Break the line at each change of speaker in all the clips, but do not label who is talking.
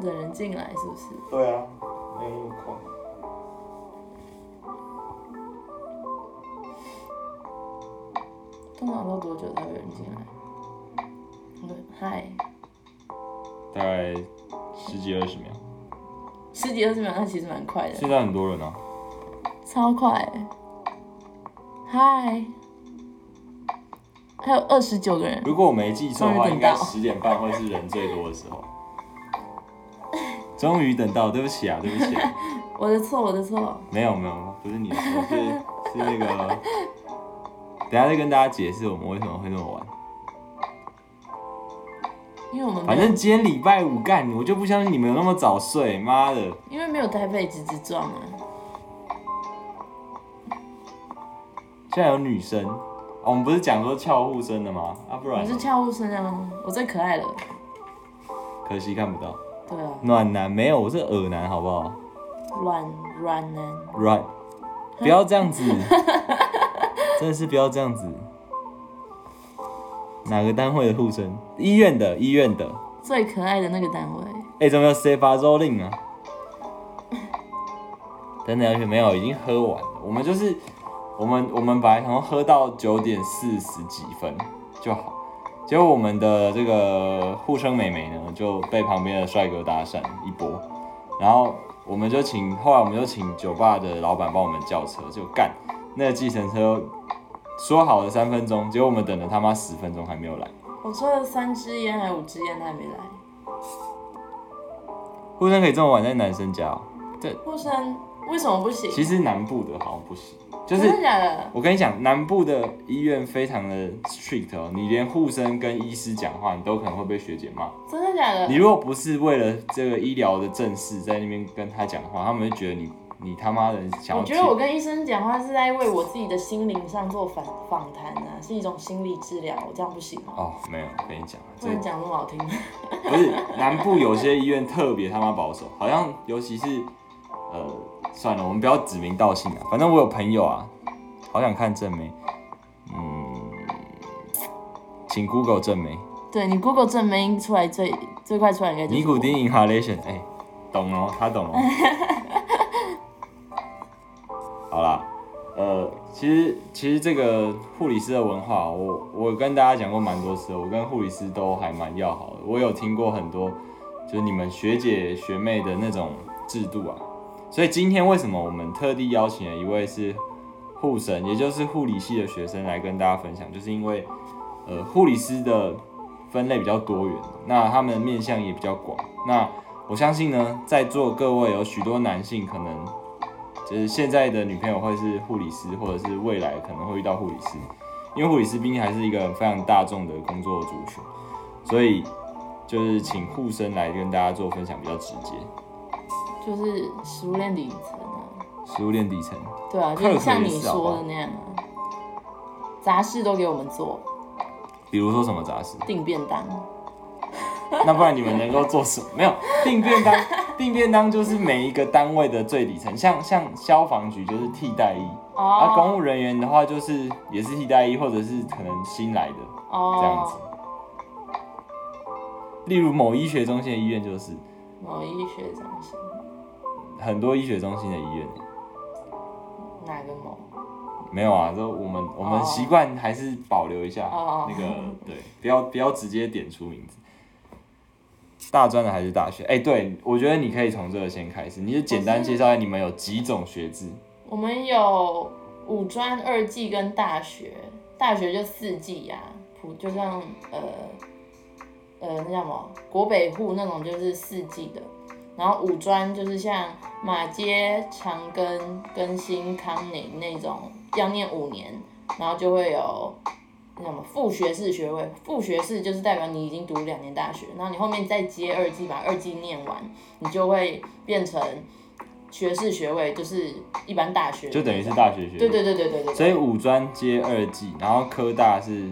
的人进来，是不是？
对啊，没有空。
通常都多久才有人进来？对，
嗯
嗨，
大概十几二十秒。
十几二十秒，那其实蛮快的，
现在很多人啊，
超快。嗨，还有二十九个人，
如果我没记错的
终
话，
于等
应该
到
十点半会是人最多的时候。终于等到，对不起啊，对不 起、啊，
我的错，我的错。
没有没有，不是你的错，是是那个。 等一下再跟大家解释我们为什么会那么晚。
因为我们
反
没有
正今天礼拜五干，我就不相信你们有那么早睡，妈的！
因为没有台北直直撞啊，
现在有女生，哦、我们不是讲说俏护生的吗？啊，不然
我
呢
是俏物生啊，我最可爱了。
可惜看不到。
对啊，
暖男没有，我是耳男，好不好？
软软男，
软，不要这样子， 真的是不要这样子。哪个单位的护生？医院的，医院的。
最可爱的那个单位，
哎、怎么有 C 发肉令啊？等等，而且没有，已经喝完了。我们就是我们我们本来想说喝到九点四十几分就好，结果我们的这个护生美眉呢就被旁边的帅哥搭讪一波，然后我们就请后来我们就请酒吧的老板帮我们叫车，就干那个计程车说好了三分钟，结果我们等了他妈十分钟还没有来。
我说了三支烟还五支烟，他还没来。
护生可以这么晚在男生家、哦，
护生为什么不行？
其实南部的好像不行，就是
真的假的？
我跟你讲，南部的医院非常的 strict 哦，你连护生跟医师讲话，你都可能会被学姐骂。
真的假
你
的？
如果不是为了这个医疗的正事在那边跟他讲话，他们就觉得你你他妈的想要
我
踢
觉得我跟医生讲话是在为我自己的心灵上做访访谈啊，是一种心理治疗，我这样不行吗？
哦，没有，我跟你讲，
不
这
能讲那么好听。
不是南部有些医院特别他妈保守，好像尤其是呃，算了，我们不要指名道姓啊。反正我有朋友啊，好想看正妹，嗯，请 Google 正妹。
对你 Google 正妹音出来最最快出来应该就是
尼古丁 inhalation，哎、懂哦，他懂哦。好啦，呃，其实其实这个护理师的文化，我我跟大家讲过蛮多次了，我跟护理师都还蛮要好的。我有听过很多，就是你们学姐学妹的那种制度啊。所以今天为什么我们特地邀请了一位是护神，也就是护理系的学生来跟大家分享，就是因为呃护理师的分类比较多元，那他们的面向也比较广。那我相信呢，在座各位有许多男性可能就是现在的女朋友会是护理师，或者是未来可能会遇到护理师，因为护理师毕竟还是一个非常大众的工作族群，所以就是请护生来跟大家做分享比较直接。
就是食物链底层啊。
食物链底层，
对啊，
克
就
服
是像
也
你
是好不
说
好
的那样啊，杂事都给我们做，
比如说什么杂事？
订便当。
那不然你们能够做什么？没有订便当，订便当就是每一个单位的最底层，像像消防局就是替代役，
哦
啊，公务人员的话就是也是替代役，或者是可能新来的
哦，
这样子。例如某医学中心的医院就是
某医学中心，
很多医学中心的医院，
哪个某？
没有啊，就我们我们
哦
习惯还是保留一下
哦
啊那个对，不要不要直接点出名字。大专的还是大学？哎、对，我觉得你可以从这个先开始，你就简单介绍一下你们有几种学制。
我们有五专二技跟大学，大学就四技呀、普就像呃呃那叫什么国北户那种就是四技的，然后五专就是像马街、长庚、更新、康宁那种要念五年，然后就会有。那叫什么副学士学位，副学士就是代表你已经读两年大学，然后你后面再接二技，把二技念完，你就会变成学士学位，就是一般大学，
就等于是大学学历
对对对对对对。
所以五专接二技，然后科大是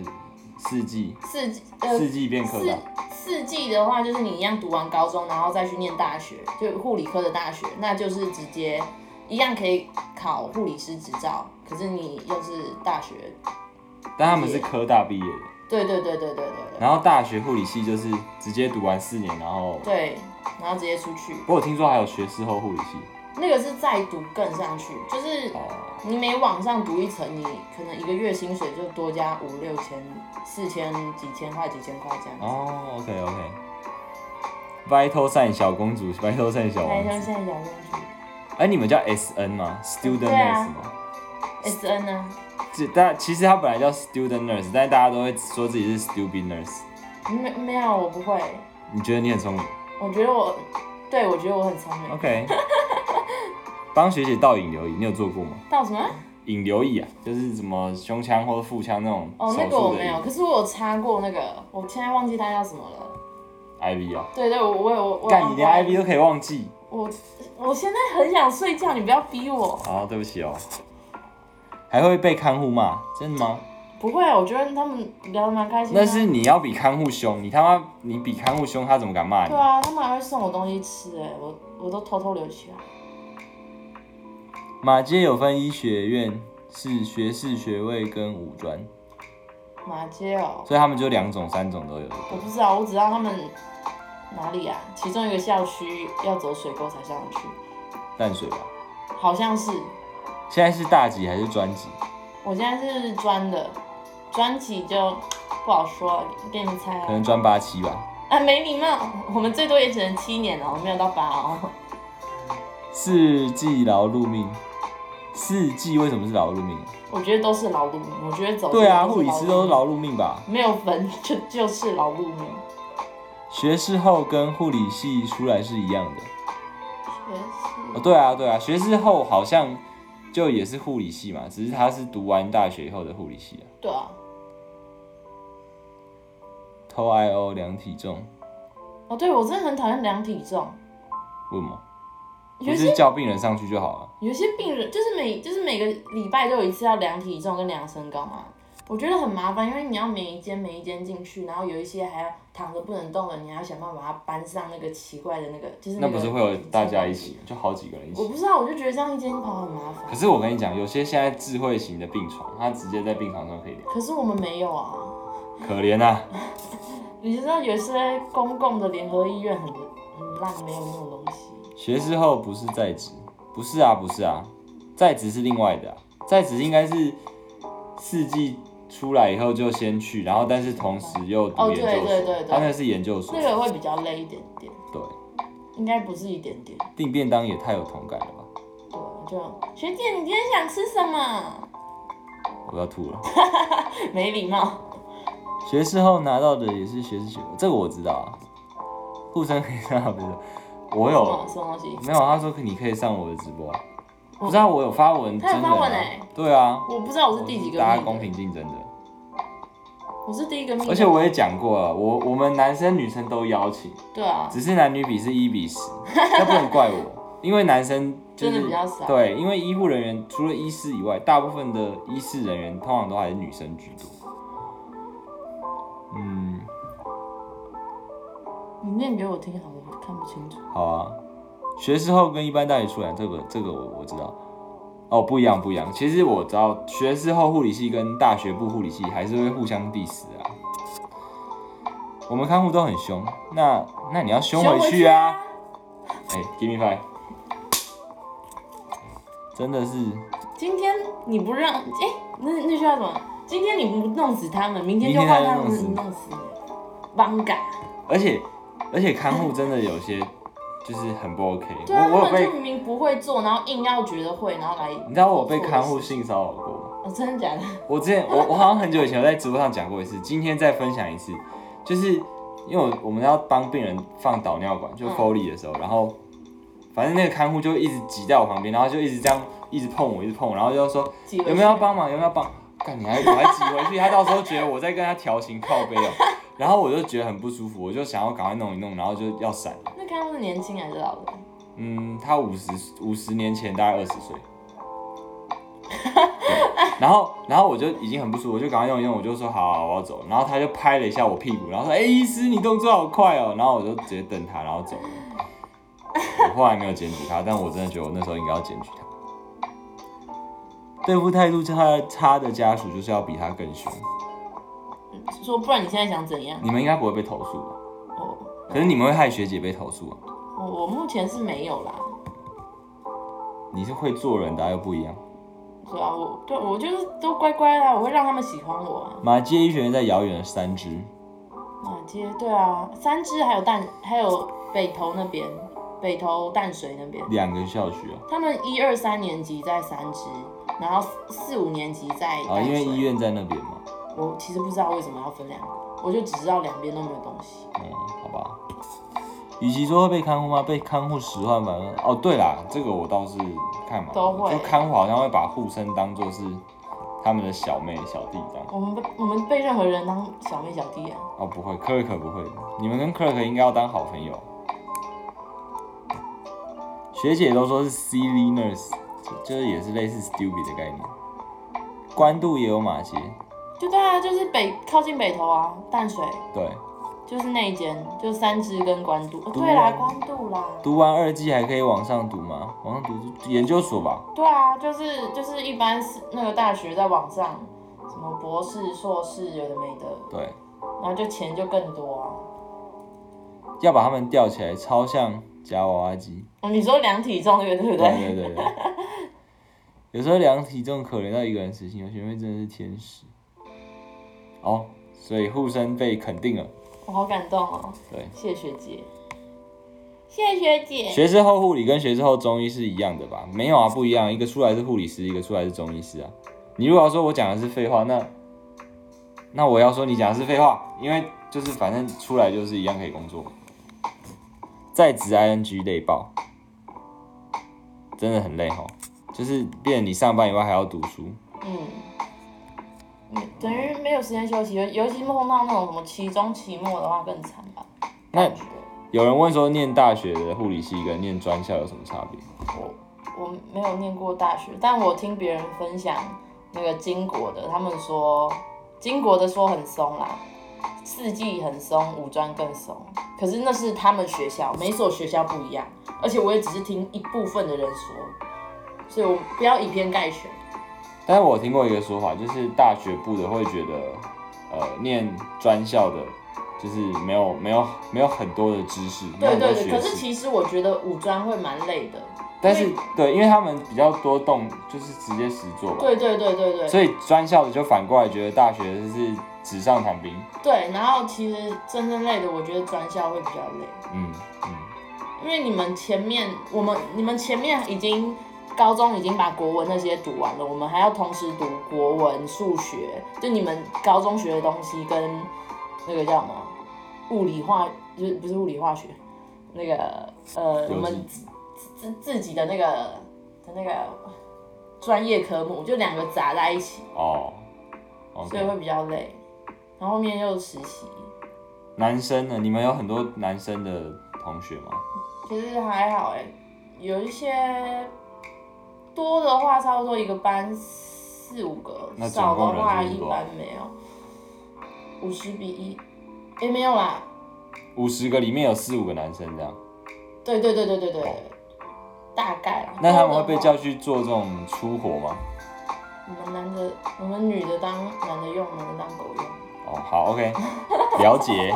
四技，
四季呃
四技变科
四
大。
四季的话，就是你一样读完高中，然后再去念大学，就护理科的大学，那就是直接一样可以考护理师执照，可是你又是大学，
但他们是科大毕业的，
对对对对对对对
然后大学护理系就是直接读完四年，然后
对，然后直接出去，
我有听说还有学士后护理系
那个是再读更上去，就是
哦，
你每往上读一层，你可能一个月薪水就多加五六千、四千、几千块、几千块这样子。
哦，OK OK。Vital Sign 小公主，Vital Sign 小
那
王
像
子，
现在讲公
哎，你们叫 SN 吗？Student
对啊
Nurse 吗？
主 S N 啊呢？
这大其实他本来叫 Student Nurse，但是大家都会说自己是 Stupid Nurse。
没没有，我不会。
你觉得你很聪明
我觉得我，对我觉得我很聪明。
？OK。帮学姐倒引流仪，你有做过吗？
到什么？
引流仪啊，就是什么胸腔或者腹腔那种
哦，
手
那个我
术的
没有，可是我有擦过那个，我现在忘记它叫什么了。
IV 啊。
对对，我我有我我
干，你连 IV
都
都可以忘记。
我我现在很想睡觉，你不要逼我。
啊，对不起哦。还会被看护骂，真的吗？
不会啊，我觉得他们聊得蛮开心的啊。
那是你要比看护凶，你他妈你比看护凶，他怎么敢骂你
对？啊，他们还会送我东西吃、哎，我我都偷偷留起来。
马街有分医学院是学士学位跟五专，
马街哦，
所以他们就两种、三种都有。
我不知道，我只知道他们哪里啊，其中一个校区要走水沟才上得去，
淡水吧，
好像是。
现在是大几还是专几？
我现在是专的，专几就不好说，给你们猜
可
啊。
能专八七吧。
啊，没礼貌，我们最多也只能七年哦，没有到八哦。
四季劳碌命，四季为什么是劳碌命啊？
我觉得都是劳碌命，我觉得走
对啊，
路
护理师都是
劳
劳碌命吧？
命，没有分就就是劳碌命。
学士后跟护理系出来是一样的。
确
哦，
实，
对啊，对啊，学士后好像就也是护理系嘛，只是他是读完大学以后的护理系啊。
对啊，
偷 I O 量体重，
哦对，我真的很讨厌量体重，
为什么？
有
不
一
是
些
叫病人上去就好了？
有一些病人就是每就是每个礼拜都有一次要量体重跟量身高嘛，我觉得很麻烦，因为你要每一间每一间进去，然后有一些还要躺着不能动的，你还要想办法把它搬上那个奇怪的那个，就是
那
个
不是会有大家一起，就好几个人一
我
起。
不知道，我就觉得这样一间跑很麻
可
烦。
是我跟你讲，有些现在智慧型的病床，他直接在病床上可以量，
可是我们没有啊，
可怜啊！
你知道有些公共的联合医院很很烂，没有那种东西。
学士后不是在职，不是啊，不是啊，在职是另外的、啊，在职应该是四季出来以后就先去，然后但是同时又
哦
读研究所，
对对对对
他那是研究所，
那个会比较累一点点，
对。
应该不是一点点。
订便当也太有同感了吧！
对，就学姐，你今天想吃什么？
我要吐了。
没礼貌。
学士后拿到的也是学士学位，这个我知道啊。护生可以上我的，我
什么
有
什么东西？
没有？他说你可以上我的直播、啊，不知道我有发文，
他有
真的
发文
啊
欸
对啊，
我不知道我是第几个蜜
大家
的
公平竞争的。
我是第一个蜜的，
而且我也讲过了，我我们男生女生都邀请，
对啊，
只是男女比是一比十， 那不能怪我，因为 男生就是
真的比较少
对，因为医护人员除了医师以外，大部分的医师人员通常都还是女生居多。嗯，
你念给我听好了，我看不清楚。
好啊，学士后跟一般大学出来，这个这个我我知道。哦，不一样不一样。其实我知道学士后护理系跟大学部护理系还是会互相 diss 啊。我们看护都很凶，那那你要凶
凶
回
回
去
去
啊
啊。
哎、g i v e me five。真的是，
今天你不让，哎、那那句话怎么？今天你不弄死他们，明天就
明
换
天他
他
就
们
弄死你
弄死你。邦嘎，
而且而且看护真的有些就是很不 OK 我。
对啊，
我
他
有
们
被
就，明明不会做，然后硬要觉得会，然后来。
你知道我被看护性骚扰过吗？
哦，真的假的？
我之前我我好像很久以前有在直播上讲过一次，今天再分享一次，就是因为我我们要帮病人放导尿管，就
嗯
Foley 的时候，然后反正那个看护就一直挤在我旁边，然后就一直这样一直碰我，一直碰我，然后就说
几
有没有要帮忙，有没有要帮？干你还我还挤回去，他到时候觉得我在跟他调情靠背哦、然后我就觉得很不舒服，我就想要赶快弄一弄，然后就要闪。
那看他是年轻还是老的？
嗯，他五十五十年前大概二十岁。对然后，然后我就已经很不舒服，我就赶快用一用，我就说好好我要走。然后他就拍了一下我屁股，然后说：“哎、医师，你动作好快哦。”然后我就直接瞪他，然后走了。我后来没有检举他，但我真的觉得我那时候应该要检举他。对付态度差差的家属，就是要比他更凶。
说，不然你现在想怎样？
你们应该不会被投诉吧？
哦，
可是你们会害学姐被投诉啊？
我我目前是没有啦，
你是会做人的啊、又不一样。
对啊，我对我就是都乖乖啦，我会让他们喜欢我啊。
马街医学院在遥远的三支，
马街对啊，三支还有淡，还有北投那边，北投淡水那边，
两个校区啊
他们一二三年级在三支，然后四四五年级在
哦、啊，
淡
因为医
水。
院在那边嘛。
我其实不知道为什么要分两个，我就只知道两边都没有东西。
嗯，好吧。与其说会被看护吗？被看护使唤反而哦，对啦，这个我倒是看嘛，
都会
就看护好像会把护生当做是他们的小妹小弟这样。
我们被我们被任何人当小妹小弟啊，
哦，不会，Clerk 不会，你们跟 Clerk 应该要当好朋友。学姐都说是 Silly Nurse，就就是也是类似 Stupid 的概念。关渡也有马街，
就对啊，就是北靠近北投啊，淡水
对，
就是那一间，就三支跟关渡。哦
对啊
对啦，关渡啦。
读完二季还可以往上读吗？往上读研究所吧。
对啊，就是就是一般是那个大学在网上，什么博士、硕士有的没的，
对，
然后就钱就更多啊。
要把他们吊起来，超像夹娃娃机。
哦你说量体重这个对不
对
对？
对对对。有时候量体重可怜到一个人死心，有学妹真的是天使。哦，所以护生被肯定了。
我好感动哦，
对，
谢谢学姐，谢谢学姐。
学士后护理跟学士后中医是一样的吧？没有啊，不一样，一个出来是护理师，一个出来是中医师啊。你如果要说我讲的是废话，那那我要说你讲的是废话，因为就是反正出来就是一样可以工作。在职 ing 累爆，真的很累哈，就是变成你上班以外还要读书，
嗯，嗯等于没有时间休息，尤尤其碰到那种什么期中、期末的话更惨吧。
那
感觉
有人问说，念大学的护理系跟念专校有什么差别？
我我没有念过大学，但我听别人分享那个金国的，他们说金国的说很松啦，四季很松，五专更松。可是那是他们学校，每所学校不一样，而且我也只是听一部分的人说，所以我不要以偏概全。
但是我听过一个说法，就是大学部的会觉得，呃，念专校的，就是没有没有没有很多的知识，没
对
有很多
对对，
学
可是
识。
其实我觉得五专会蛮累的。
但是
因为
对，因为他们比较多动，就是直接实做吧。
对对对对对，
所以专校的就反过来觉得大学是纸上谈兵。
对，然后其实真正累的，我觉得专校会比较累。
嗯嗯，
因为你们前面，我们你们前面已经高中已经把国文那些读完了，我们还要同时读国文、数学，就你们高中学的东西跟那个叫什么物理化，就是不是物理化学，那个呃，我
有
们
几
自自己的那个的那个专业科目，就两个杂在一起，
哦
所以
，OK。
会比较累。然后后面又实习，
男生呢？你们有很多男生的同学吗？
其实还好哎、有一些多的话，差不多一个班四五个
那，总
少
共人
的话
数是
一
多少
般没有，五十比一，哎、没有啦，
五十个里面有四五个男生这样，
对对对对对对，大概啦。
哦那他们
多
会
的
被
话
叫去做这种粗活吗？
我们男的，我们女的当男的用，男的当狗用。
哦，好，OK，了解。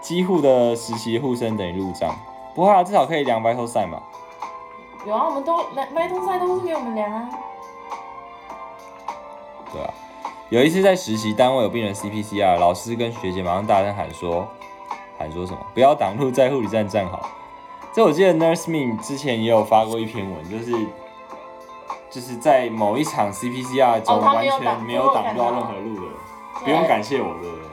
机户的实习护生等于入账，不会啊，至少可以量白头赛嘛。
有啊，我们都来麦通赛都是给我们量啊。
对啊，有一次在实习单位有病人 CPCR，老师跟学姐马上大声喊说，喊说什么？不要挡路，在护理站站好。这我记得 Nurse Min 之前也有发过一篇文，就是就是在某一场 CPCR 中
哦他
完
没有
全
挡
没有
我有
挡
看到
到任何路的人，
对
不用。感谢我，对不对？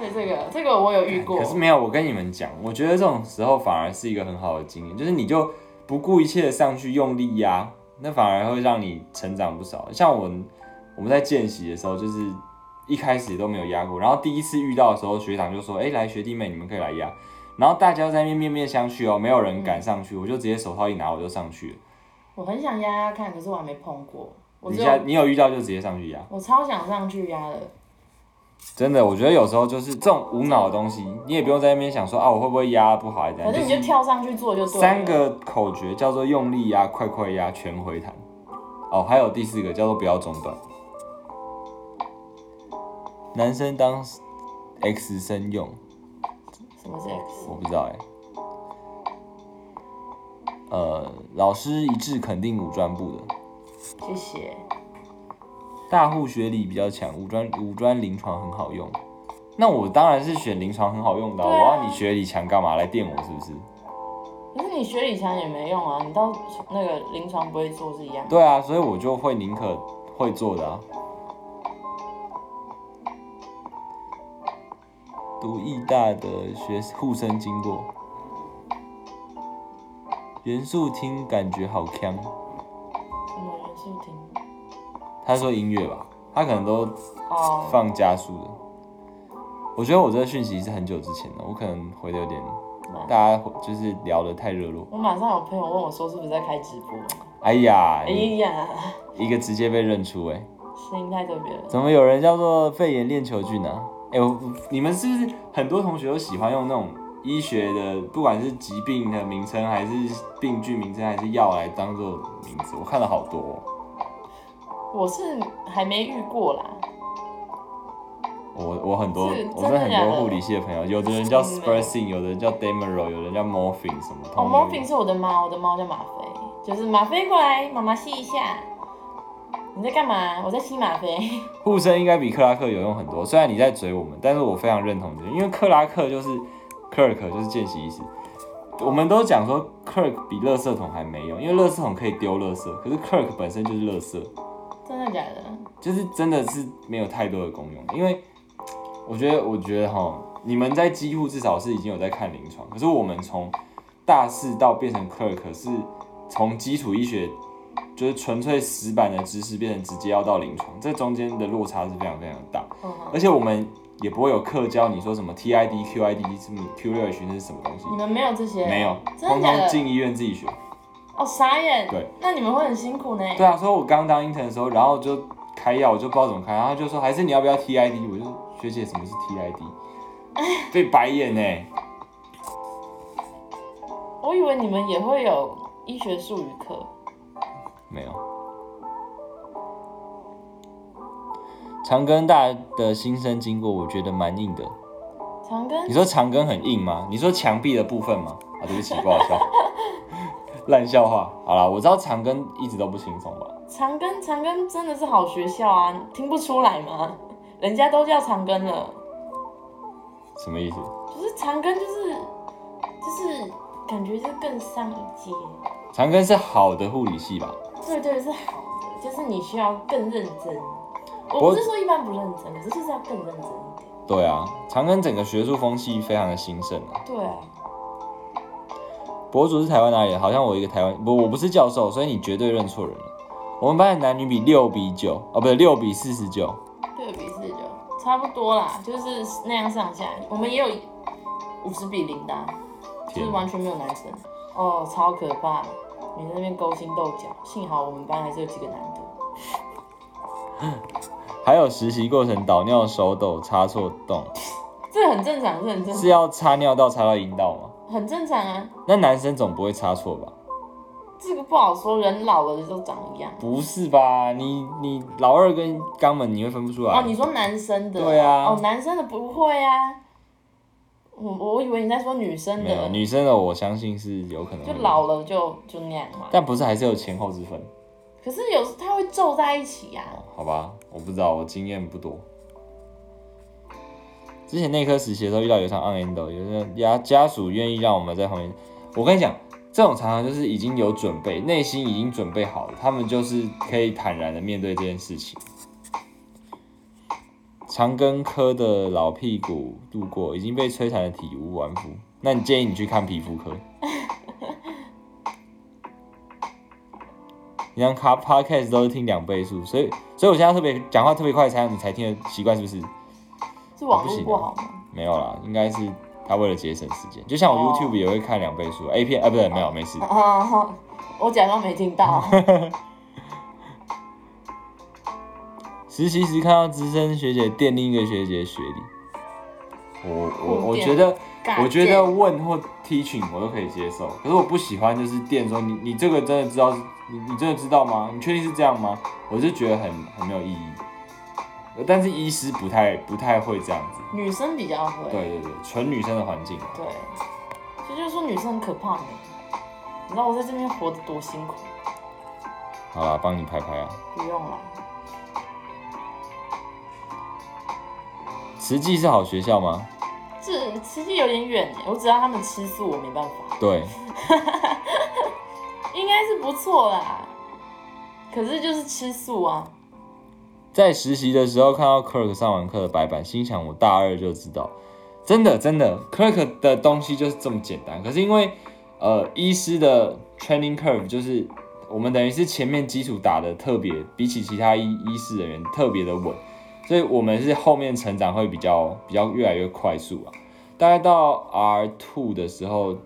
对这个，这个我有遇过。
哎可是没有，我跟你们讲，我觉得这种时候反而是一个很好的经验，就是你就不顾一切的上去用力压、那反而会让你成长不少。像我们我们在见习的时候，就是一开始都没有压过，然后第一次遇到的时候，学长就说：“哎、来学弟妹，你们可以来压。”然后大家都在那边面面相觑哦，没有人敢上去，
嗯
我就直接手套一拿我就上去了。
我很想压压看，可是我还没碰过。我
你
只
现在
有
你有遇到就直接上去压，
我超想上去压的。
真的，我觉得有时候就是这种无脑的东西，你也不用在那边想说啊我会不会压不好还是怎样，
反正你
是
就跳上去做就对了。
三个口诀叫做用力压、快快压、全回弹。哦，还有第四个叫做不要中断。男生当 X 生用，
什么是 X？
我不知道哎、呃，老师一致肯定五专部的，
谢谢。
大户学理比较强，五专五专临床很好用。那我当然是选临床很好用的啊、
对啊
我要你学理强干嘛？来电我是不是？
可是你学理强也没用啊，你到那个临床不会做是一样的。
对啊，所以我就会宁可会做的啊。读义大的学护生经过，元素听感觉好强。
什么元素庭？
他说音乐吧，他可能都
哦，
放加速的。我觉得我这个讯息是很久之前的，我可能回的有点，大家回就是聊得太热络。
我马上有朋友问我说是不是在开直播？
哎呀，
哎
你
呀，
一个直接被认出哎、
声音太特别了。
怎么有人叫做肺炎链球菌呢、啊？哎、我你们是不是很多同学都喜欢用那种医学的，不管是疾病的名称，还是病菌名称，还是药来当做名字？我看了好多哦、
我是还没遇过啦，
我我很多，
是
我
真
真
的
的很
假的
多护理系的朋友，有的人叫
嗯
Spursing，有的人叫 Demerol，有的人叫 Morphine 什么。
哦
通通有
，Morphine 是我的猫，我的猫叫吗啡，就是吗啡过来，妈妈吸一下。你在干嘛？我在吸吗啡。
护生应该比克拉克有用很多，虽然你在嘴我们，但是我非常认同这个，因为克拉克就是 clerk 就是见习医师，我们都讲说 clerk 比垃圾桶还没用，因为垃圾桶可以丢垃圾，可是 clerk 本身就是垃圾，
真的假的？
就是真的是没有太多的功用，因为我觉得我觉得哈，你们在几乎至少是已经有在看临床，可是我们从大四到变成 clerk 是从基础医学。就是纯粹死板的知识变成直接要到临床，这中间的落差是非常非常大。
嗯哼，
而且我们也不会有课教你说什么 TID、QID 什么 Q 六 H 那是什么东西
你，们没有这些？啊
没有，
嗯真
通
的假
通
的？
进医院自己学。
哦，傻眼。
对，
那你们会很辛苦呢。
对啊，所以我刚当 intern 的时候，然后就开药，我就不知道怎么开，然后他就说还是你要不要 TID，我就说学姐什么是 TID，被白眼呢、
我以为你们也会有医学术语课。
没有。长庚大的新生经过，我觉得蛮硬的。
长
你
庚
说长庚很硬吗？你说墙壁的部分吗？啊，对不起，不好笑，烂笑话。好啦，我知道长庚一直都不轻松吧。
长庚长庚真的是好学校啊，听不出来吗？人家都叫长庚了，
什么意思？
就是长庚就是就是感觉就是更上一阶。
长庚是好的护理系吧？
对对是好的，就是你需要更认真。我
我
不是说一般不认真，可是就是要更认真一点。
对啊，长庚整个学术风气非常的兴盛啊。
对啊，
博主是台湾哪里的？好像我一个台湾，不，我不是教授，所以你绝对认错人了。我们班的男女比六比九，哦，不对，六比四十九。
六比四就差不多啦，就是那样上下。我们也有五十比零的啊、就
天
是
哪
完全没有男生。哦，超可怕！你在那边勾心斗角，幸好我们班还是有几个男的。
还有实习过程导尿手抖插错洞，
这很正常，这很正
是要插尿道插到阴道吗？
很正常啊，
那男生总不会插错吧？
这个不好说，人老了都长一样。
不是吧？你你老二跟肛门你会分不出来？
哦，你说男生的？
啊对啊
哦，男生的不会啊。我我以为你在说女生
没有，
的，
女生的我相信是有可能
就
会
老了就就那样嘛。
但不是还是有前后之分。
可是有时他会皱在一起啊。
好吧，我不知道，我经验不多。之前内科实习的时候遇到有一场 on endo，有的家家属愿意让我们在旁边。我跟你讲，这种常常就是已经有准备，内心已经准备好了，他们就是可以坦然的面对这件事情。长庚科的老屁股路过，已经被摧残的体无完肤。那你建议你去看皮肤科。 你像卡 podcast 都是听两倍速，所以所以我现在特别讲话特别快，才你才听得习惯，是不是？
是网
不
络
行啊
不好吗？
没有啦，应该是他为了节省时间。就像我
哦
YouTube 也会看两倍速、a 片啊，不对，没有，没事。
啊，我假装没听 到。
实习时看到资深学姐电另一个学姐学历，我我我
电
觉得
尬
我觉
电
得问或 teaching 我都可以接受，可是我不喜欢就是电说你你这个真的知道是你你真的知道吗？你确定是这样吗？我就觉得很很没有意义。但是医师不太不太会这样子。
女生比较会。
对对对，纯女生的环境啊，
对，其实就是说女生很可怕呢。你知道我在这边活得多辛苦？
好啦，帮你拍拍啊。
不用啦，
慈济是好学校吗？
这其实有点远欸我只要他们吃素，我没办法。
对，
应该是不错啦，可是就是吃素啊。
在实习的时候看到 Kirk 上完课的白板，心想我大二就知道，真的真的，Kirk 的东西就是这么简单。可是因为呃，医师的 training curve 就是我们等于是前面基础打的特别，比起其他医医师人员特别的稳，所以我们是后面成长会比较比较越来越快速啊。大概到 R two 的时候，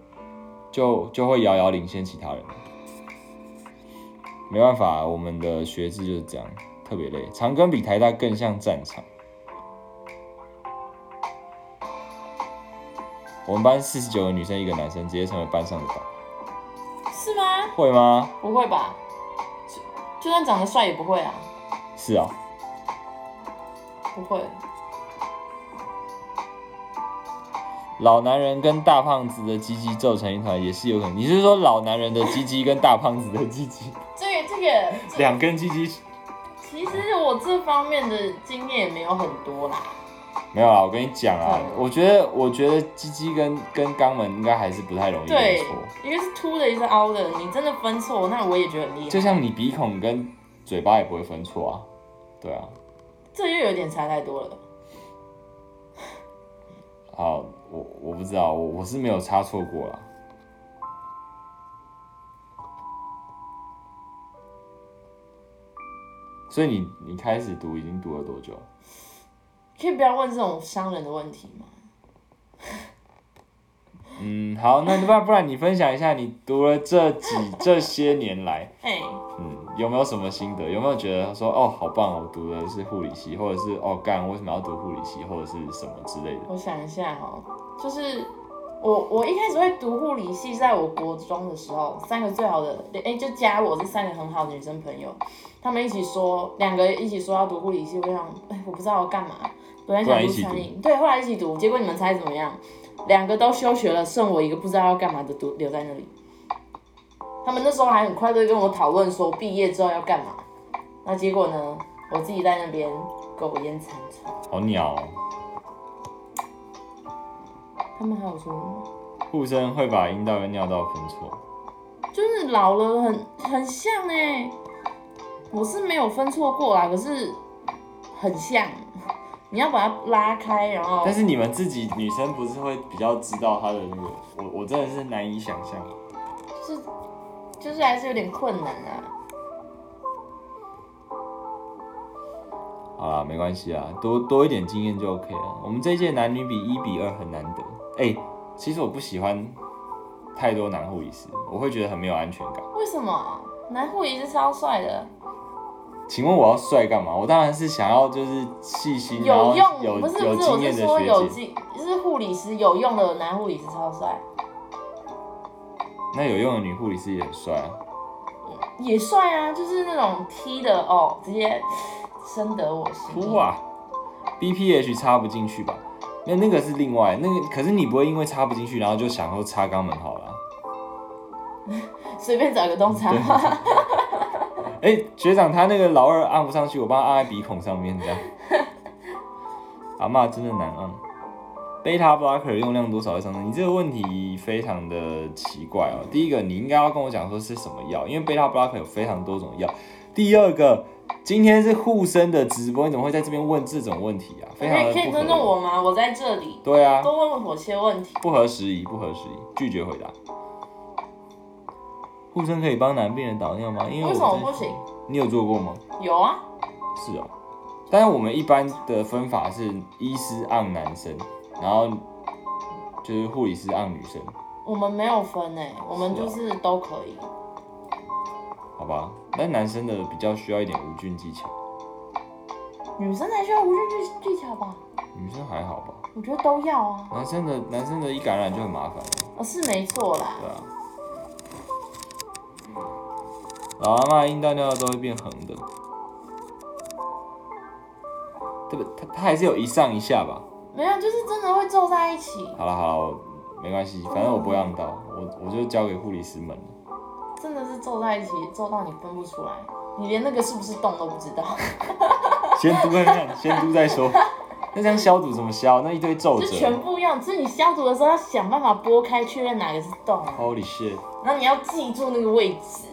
就就会遥遥领先其他人了。没办法，我们的学制就是这样。特别累。长庚比台大更像战场。我们班四十九个女生，一个男生，直接成为班上的宝。
是吗？
会吗？
不会吧？就就算长得帅也不会啊，
是啊、
不会。
老男人跟大胖子的鸡鸡皱成一团也是有可能。你是说老男人的鸡鸡跟大胖子的鸡鸡，
这个这个，这
两根鸡鸡？
其实我这方面的经验也没有很多啦。
没有啊，我跟你讲啊，我觉得我觉得鸡鸡跟跟肛门应该还是不太容易认
对
错。，
一个是凸的，一个是凹的。你真的分错，那我也觉得很厉
就
害。
像你鼻孔跟嘴巴也不会分错啊，对啊。
这又有点差太多了。
好，啊我我不知道，我我是没有差错过啦。所以你你开始读已经读了多久？
可以不要问这种伤人的问题吗？
嗯，好，那不然不然你分享一下你读了这几这些年来，
哎、
嗯，有没有什么心得？有没有觉得说哦好棒，我读的是护理系，或者是哦干为什么要读护理系，或者是什么之类的？
我想一下哦，就是我我一开始会读护理系，是在我国中的时候，三个最好的哎、就加我这三个很好的女生朋友，她们一起说，两个一起说要读护理系，我想哎、我不知道要干嘛，本来
后来
想
一
读
起
餐
读
饮，对，后来一起读，结果你们猜怎么样？两个都休学了，剩我一个不知道要干嘛的读留在那里。他们那时候还很快乐地跟我讨论说毕业之后要干嘛，那结果呢，我自己在那边苟延残喘。
好鸟、哦，
他们还有说什么？
护生会把阴道跟尿道分错。
就是老了很很像哎、我是没有分错过啦，可是很像。你要把它拉开，然后
但是你们自己女生不是会比较知道她的那个，我我真的是难以想象。
是就是还是有点困难啊。
好啦，没关系啊，多多一点经验就 OK 了。我们这一届男女比一比二很难得。哎、其实我不喜欢太多男护理师，我会觉得很没有安全感。
为什么男护理是超帅的？
请问我要帅干嘛？我当然是想要就是细心，然后
有用
有
不是
有
不是，
经
我是
验的
说有
学姐。
经就是护理师有用的男护理师超帅，
那有用的女护理师也很帅啊。
也帅啊，就是那种踢的哦，直接深得我心。
哭啊！BPH 插不进去吧？那那个是另外那个，可是你不会因为插不进去，然后就想说插肛门好了啊。
随便找个啊洞插，
哎、学长，他那个老二按不上去，我帮他按在鼻孔上面 这样。阿嬷真的难按。贝塔 blocker 用量多少会上升？你这个问题非常的奇怪哦。第一个，你应该要跟我讲说是什么药，因为贝塔 blocker 有非常多种药。第二个，今天是护生的直播，你怎么会在这边问这种问题啊？非常
可
的
以 可以
不合
尊
理
重。我吗？我在这里，
对啊，
多问我些问题。
不合时宜，不合时宜，拒绝回答。护生可以帮男病人导尿吗？因为我
为什么
在
不行？
你有做过吗？
有啊，
是哦，但是我们一般的分法是医师按男生，然后就是护理师按女生，
我们没有分诶、我们就是都可以。
好吧？但男生的比较需要一点无菌技巧，
女生才需要无菌技技巧吧？
女生还好吧？
啊我觉得都要啊。
男生的男生的一感染就很麻烦了。
哦，是没错啦。
对啊。嗯啊老阿妈阴道尿道都会变横的。对不？他他还是有一上一下吧。
没有，就是真的会皱在一起，
好了好了，我没关系，反正我不会让到，我我就交给护理师们了。
真的是皱在一起，皱到你分不出来，你连那个是不是洞都不知道，
先嘟看看，先嘟 再说。那这样消毒怎么消？那一堆皱
就
褶。
全部要，所以你消毒的时候要想办法拨开，确认哪个是洞，
Holy shit！
然后你要记住那个位置。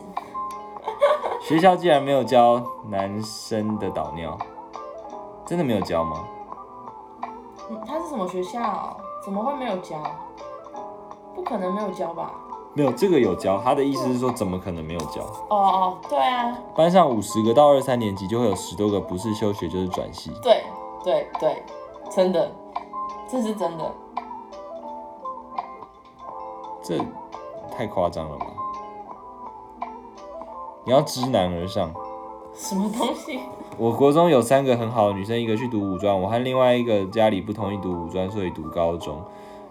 学校竟然没有教男生的导尿，真的没有教吗？
嗯他是什么学校？怎么会没有教？不可能没有教吧？
没有，这个有教。他的意思是说，怎么可能没有教？
哦哦，对啊，
班上五十个到二三年级就会有十多个不是休学就是转系。
对对对，真的，这是真的。
这太夸张了吧？你要知难而上。
什么东西？
我国中有三个很好的女生，一个去读五专，我和另外一个家里不同意读五专，所以读高中。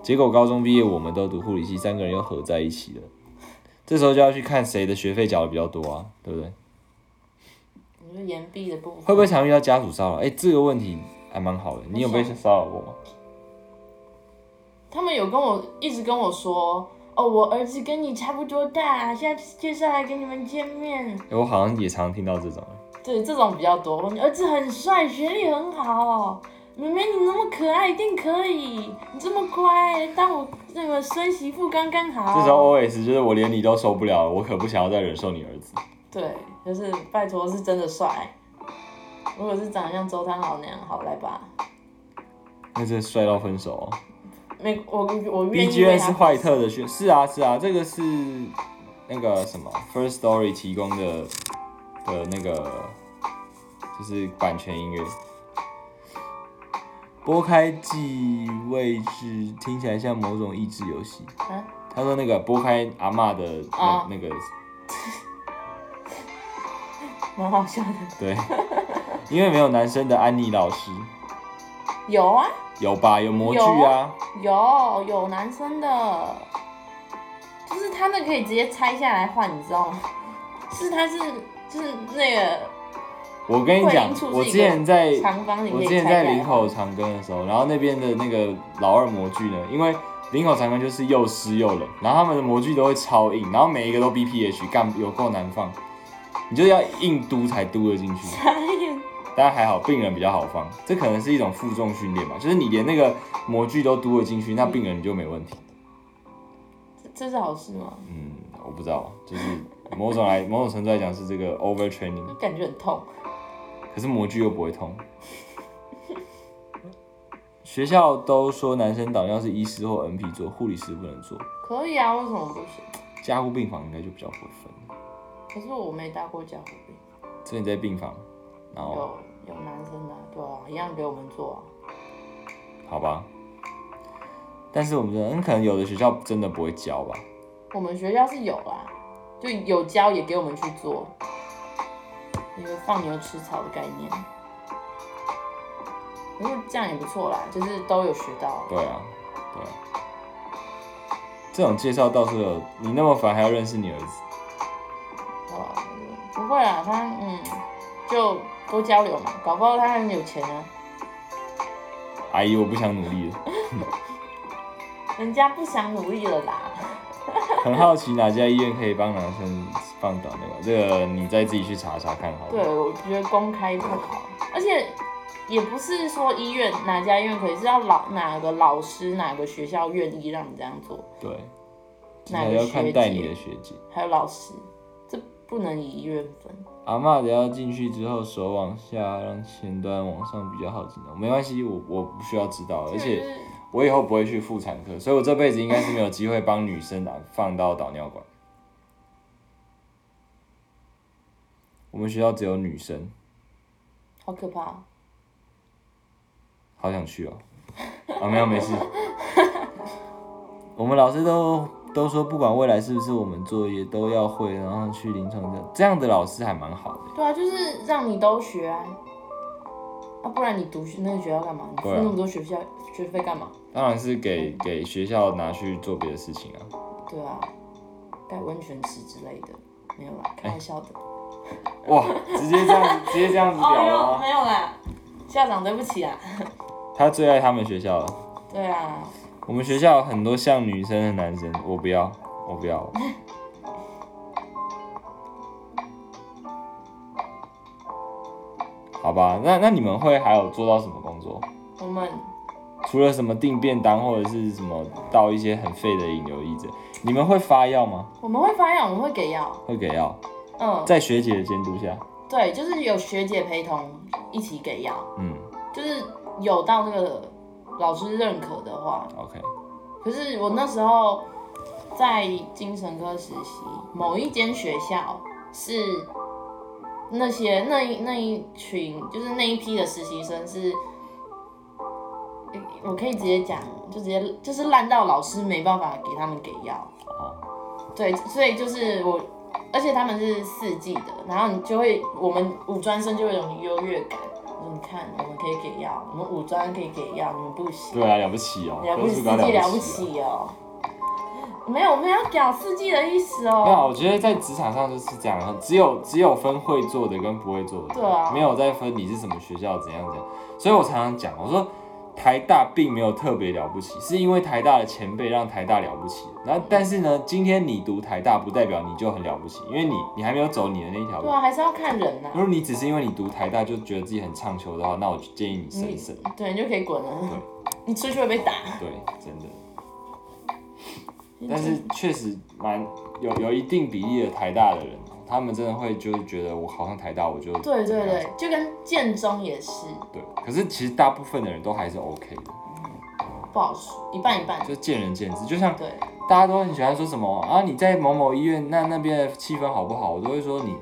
结果高中毕业，我们都读护理系，三个人又合在一起了。这时候就要去看谁的学费缴的比较多啊，对不对？
我说岩壁的部分
会不会常遇到家属骚扰？哎、这个问题还蛮好的。你有被骚扰过吗？
他们有跟我一直跟我说，哦，我儿子跟你差不多大，下次介绍来跟你们见面。
哎、我好像也常听到这种。
对，这种比较多。你儿子很帅，学历很好，妹妹你那么可爱，一定可以。你这么乖，当我那个孙媳妇刚刚好。
这时候 OS 就是我连你都受不了了，我可不想要再忍受你儿子。
对，就是拜托是真的帅。如果是长得像周汤豪那样，好来吧，
那这帅到分手、哦。
没我我愿
B
意
G
为
N
他
是坏特的宣，是啊是啊，这个是那个什么 First Story 提供的的那个就是版权音乐。拨开记位置，听起来像某种益智游戏。
啊，
他说那个拨开阿嬷的那、
啊
那个
蛮好笑的。
对，因为没有男生的安妮老师
有啊，
有吧？有模具
有
啊，
有有男生的，就是他那可以直接拆下来换，你知道吗？是他是就是那个
我跟你
桂
讲
林醋，是
我
一
之
个
前在
长方里
我
面啊
之前在林口长庚的时候，然后那边的那个老二模具呢，因为林口长庚就是又湿又冷，然后他们的模具都会超硬，然后每一个都 BPH，干有够难放，你就是要硬嘟才嘟得进去。
拆开
当然还好，病人比较好放，这可能是一种负重训练吧，就是你连那个模具都嘟得进去，那病人你就没问题。
这这是好事吗？
嗯，我不知道，就是某种来某种程度来讲是这个 overtraining。
就感觉很痛。
可是模具又不会通。 学校都说男生导尿是医师或 NP 做，护理师不能做。
可以啊，为什么不行？
加护病房应该就比较会分。
可是我没搭过脚，
所以你在病房，然后
有有男生的啊，对啊，一样给我们做啊。
好吧。但是我们觉得，嗯，可能有的学校真的不会教吧。
我们学校是有啦，就有教也给我们去做，一个放牛吃草的概念。不过这样也不错啦，就是都有学到。
对啊，对啊。这种介绍到处有，你那么烦还要认识你儿子，
哦，不会啦，他嗯，就多交流嘛，搞不好他很有钱啊，
阿姨我不想努力了。
人家不想努力了啦。
很好奇哪家医院可以帮男生放导尿，这个你再自己去查查看好了。
对，我觉得公开不好，而且也不是说医院哪家医院可以，是要老哪个老师哪个学校愿意让你这样做，
对，
哪
还
个
要
学
看
姐
带你的学姐。
还有老师，这不能以医院分。
阿嬷的要进去之后，手往下让前端往上比较好进到。没关系，我我不需要知道，而
就
且
是
我以后不会去妇产科，所以我这辈子应该是没有机会帮女生打放到导尿管。我们学校只有女生，
好可怕哦，
好想去哦。啊，没有没事。我们老师都都说，不管未来是不是我们作业都要会，然后去临床的，这样的老师还蛮好的。
对啊，就是让你都学啊，啊，不然你读那个学校干嘛？你付
对啊
那么多学校学费干嘛？
当然是给给学校拿去做别的事情啊。
对啊，盖温泉池之类的，没有啦，开玩笑的。
哇，直接这样，直接这样子
哦，没
表
有
了吗？啊
没有啦，校长对不起啊。
他最爱他们学校了。
对啊，
我们学校有很多像女生的男生，我不要，我不要。好吧，那那你们会还有做到什么工作？
我们
除了什么订便当或者是什么到一些很废的引流义者，你们会发药吗？
我们会发药，我们会给药。
会给药，
嗯，
在学姐的监督下，
对，就是有学姐陪同一起给药，
嗯
就是有到这个老师认可的话。
，OK，
可是我那时候在精神科实习，某一间学校是那些那一那一群就是那一批的实习生是，我可以直接讲，就直接就是烂到老师没办法给他们给药。
哦，
对，所以就是我，而且他们是四季的，然后你就会，我们五专生就会有种优越感。你看，我们可以给药，我们五专可以给药，你们不行，
对啊，了不起哦，
了不
科
起，
技
四
高
季了
不
不
起
起
哦。
哦。没有，我们要讲四季的意思
没有啊，
哦。
我觉得在职场上就是这样，啊只有只有分会做的跟不会做的，
对啊
没有再分你是什么学校怎样怎样。所以我常常讲，我说台大并没有特别了不起，是因为台大的前辈让台大了不起。然
嗯
后但是呢，今天你读台大不代表你就很了不起，因为你你还没有走你的那一条
对
路。
啊，还是要看人呐、
如果你只是因为你读台大就觉得自己很畅球的话，那我就建议你慎省。
对，你就可以滚了。你出去会被打。
对，真的。但是确实蛮有有一定比例的台大的人，他们真的会就是觉得我考上台大我就
对对对，就跟建中也是，
对，可是其实大部分的人都还是 OK 的，
不好说，一半一半。
就见仁见智。就像
对，
大家都很喜欢说什么啊，你在某某医院，那那边的气氛好不好？我都会说你，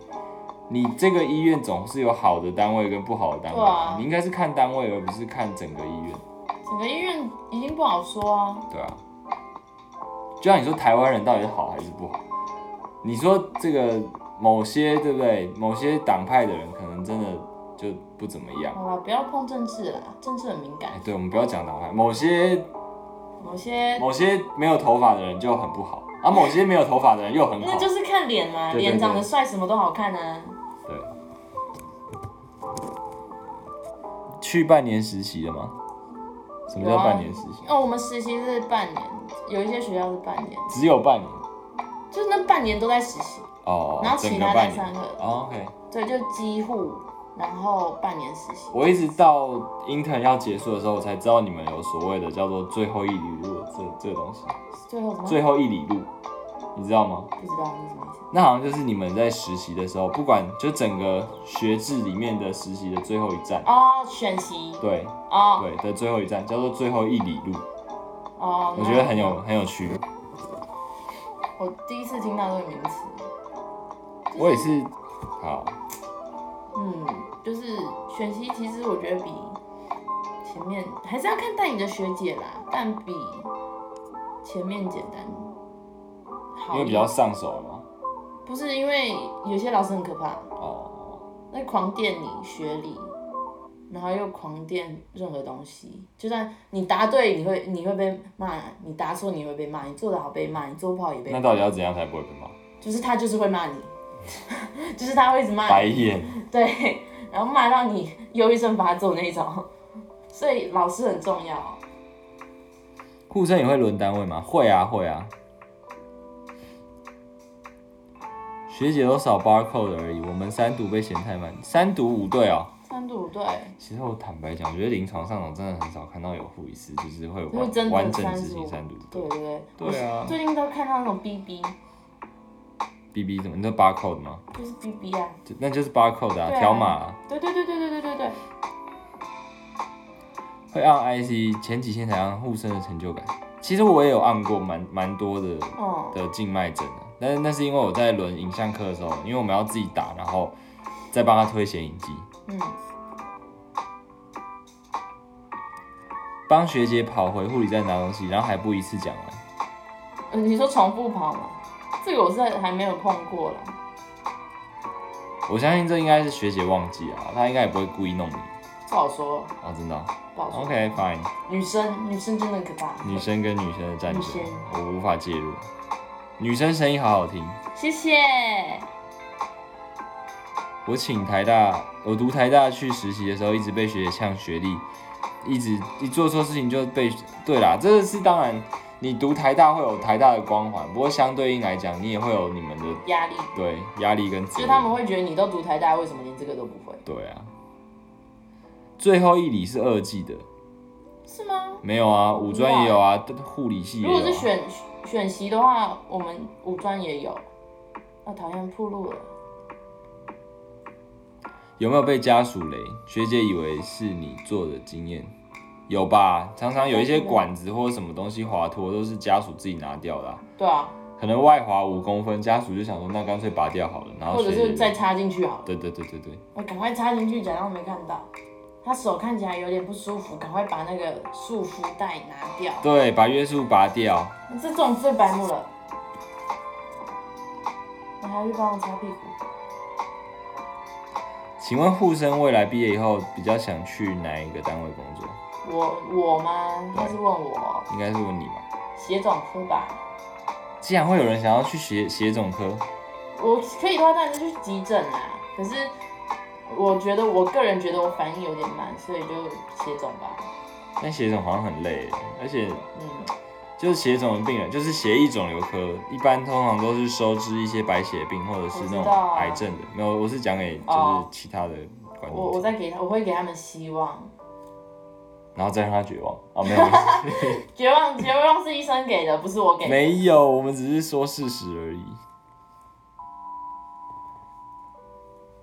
你这个医院总是有好的单位跟不好的单位，
对啊
你应该是看单位而不是看整个医院，
整个医院已经不好说啊。
对啊。就像你说台湾人到底是好还是不好？你说这个某些对不对？某些党派的人可能真的就不怎么样。
好啦，不要碰政治啦，政治很敏感
哎，。对，我们不要讲党派，某些
某些
某些没有头发的人就很不好，啊，某些没有头发的人又很好
那。就是看脸嘛，
对对对
脸长得帅什么都好看啊。
去半年实习了吗？什么
有
叫
啊
半年实习？
哦，我们实习是半年，有一些学校是半年，
只有半年
就是那半年都在实习，
哦
然，后
整
其
个
他
半
在
年。
上课。
哦、OK，
对，就几乎，然后半年实习。
我一直到 intern 要结束的时候，我才知道你们有所谓的叫做最后一里路的这这东西，
最后怎么？
最后一里路，你知道吗？
不知道是什么意思。
那好像就是你们在实习的时候，不管就整个学制里面的实习的最后一站，
哦，选习。
对
哦
对的最后一站叫做最后一里路，
哦，
我
那
觉得很有。很有趣。
我第一次听到这个名词。
我也是，好，
嗯，就是选习，其实我觉得比前面还是要看带你的学姐啦，但比前面简单好一点。
因为比较上手了嘛。
不是因为有些老师很可怕，
哦。
那狂电你学理，然后又狂电任何东西，就算你答对，你会你会被骂；你答错，你会被骂；你做的好被骂，你做不好也被
那
骂。
到底要怎样才不会被骂？
就是他就是会骂你， 就是他会一直骂
白
你，
眼，
对，然后骂到你忧郁症发作那一种。所以老师很重要，
护生也会轮单位吗？会啊，会啊。学姐都扫 barcode 而已，我们三读被嫌太慢，三读五对哦。
三度对，
其实我坦白讲，我觉得临床上我真的很少看到有护理师就是会
就是
完
真
完
的
整
三
执
十
行
五
三读，
对对对，
对啊
我最近都看到那种 BB，
B B 怎么？你说 barcode 吗？
就是 BB 啊，
就那就是 barcode 啊，
对啊
条码啊。
对对对对对对对对，
会按 I C，前几天才按护生的成就感。其实我也有按过蛮蛮多的
哦、
的静脉针的，但是那是因为我在轮影像课的时候，因为我们要自己打，然后再帮他推显影机，
嗯，
帮学姐跑回护理站拿东西，然后还不一次讲完。
呃，你说重复跑吗？这个我是还没有碰过啦。
我相信这应该是学姐忘记啊，她应该也不会故意弄你
不好说，
哦，真的哦、
不好说。
OK fine，
女生，女生真的可怕。
女生跟女生的战争
女生，
我无法介入。女生声音好好听，
谢谢。
我请台大，我读台大去实习的时候，一直被学姐呛学历，一直一做错事情就被。对啦，这个是当然，你读台大会有台大的光环，不过相对应来讲，你也会有你们的
压力，
对压力跟责
就是
任。
他们会觉得你都读台大，为什么连这个都不会？
对啊，最后一理是二技的，
是吗？
没有啊，五专也有啊，护理系也
如
有、
果
啊。
是选选习的话，我们五专也有。啊，讨厌铺路了。
有没有被家属雷？学姐以为是你做的经验，有吧？常常有一些管子或什么东西滑脱，都是家属自己拿掉的啊、
对啊，
可能外滑五公分，家属就想说那干脆拔掉好了，然后
或者
学姐
是再插进去好了。
对对对对对，
我赶快插进去，假装没看到。他手看起来有点不舒服，赶快把那个束缚带拿掉。
对，把约束拔掉。
这种最白目了。你还要去帮我擦屁股？
请问护生未来毕业以后比较想去哪一个单位工作？
我我吗？他是问我
应该是问你吧。
血肿科吧？
既然会有人想要去写写总科，
我可以的话，当然就去急诊啦。可是我觉得，我个人觉得我反应有点慢，所以就血肿吧。
但写总好像很累耶，而且
嗯，
就是血肿的病人，就是血液肿瘤科，一般通常都是收治一些白血病或者是那
我知
种
道啊
癌症的。没有，我是讲给就是
哦
其他的观
我
众
我
听，
再给他，我会给他们希望。
然后再让他绝望啊、哦？没 有，
绝望，绝望是医生给的，不是我给的。
没有，我们只是说事实而已。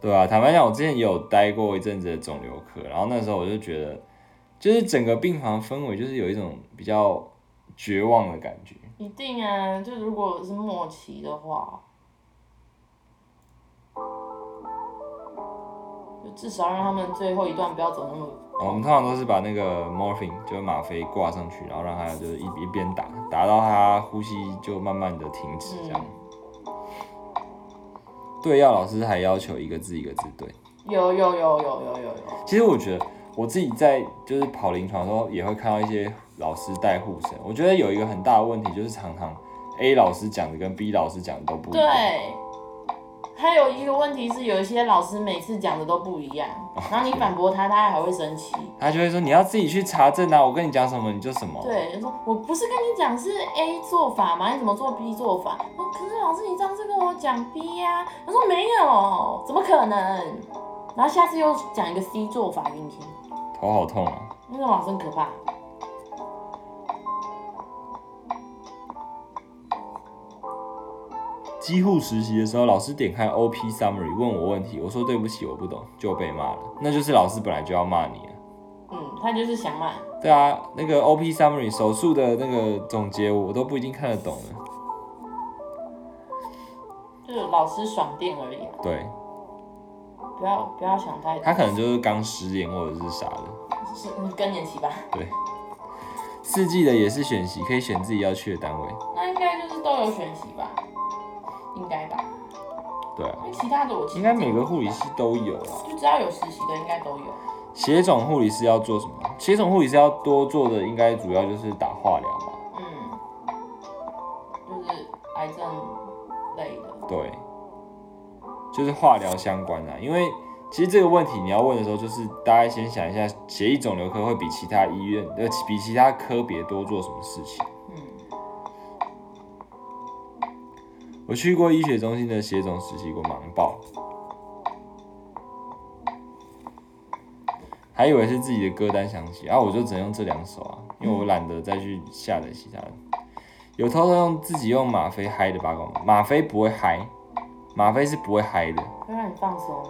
对啊，坦白讲，我之前也有待过一阵子的肿瘤科，然后那时候我就觉得，就是整个病房氛围就是有一种比较绝望的感觉。
一定啊，就如果是末期的话，就至少让他们最后一段不要走那么。
我们通常都是把那个 morphine 就是吗啡挂上去，然后让它就是一一边打，打到它呼吸就慢慢的停止这样。
嗯
对药老师还要求一个字一个字对。
有有有有有有有，
其实我觉得我自己在就是跑临床的时候，也会看到一些老师带护神。我觉得有一个很大的问题就是常常 A 老师讲的跟 B 老师讲的都不一样。
对。还有一个问题是，有一些老师每次讲的都不一样，
哦
然后你反驳他，他还会生气。
他就会说你要自己去查证啊，我跟你讲什么你就什么。
对，就说我不是跟你讲是 A 做法吗？你怎么做 B 做法？哦，可是老师你上次跟我讲 B 呀、他说没有，怎么可能？然后下次又讲一个 C 做法给你听，
头好痛啊。
那种老师很可怕。
机护实习的时候，老师点开 OP summary 问我问题，我说对不起，我不懂，就被骂了。那就是老师本来就要骂你啊。
嗯，他就是想骂，
对啊，那个 OP summary 手术的那个总结我都不一定看得懂了。
就是老师爽电而已啊，
对
不要不要想太多，
他可能就是刚失恋或者是啥的。
是嗯更年期吧？
对，四季的也是选习，可以选自己要去的单位。
那应该就是都有选习吧，应该吧？
对啊，
因为其他的我其实
应该每个护理系都有啊。
就只要有实习的应该都有。
血肿护理师要做什么？血肿护理师要多做的应该主要就是打化疗吧。
嗯，就是癌症类的。
对，就是化疗相关的、啊因为其实这个问题你要问的时候，就是大家先想一下，血液肿瘤科会比其他医院呃比其他科别多做什么事情。
嗯，
我去过医学中心的血肿实习过，忙爆，还以为是自己的歌单想起，然、后我就只能用这两首啊，因为我懒得再去下载其他的。有偷偷用自己用吗啡嗨的八卦吗？吗啡不会嗨，吗啡是不会嗨的，
会让你放松，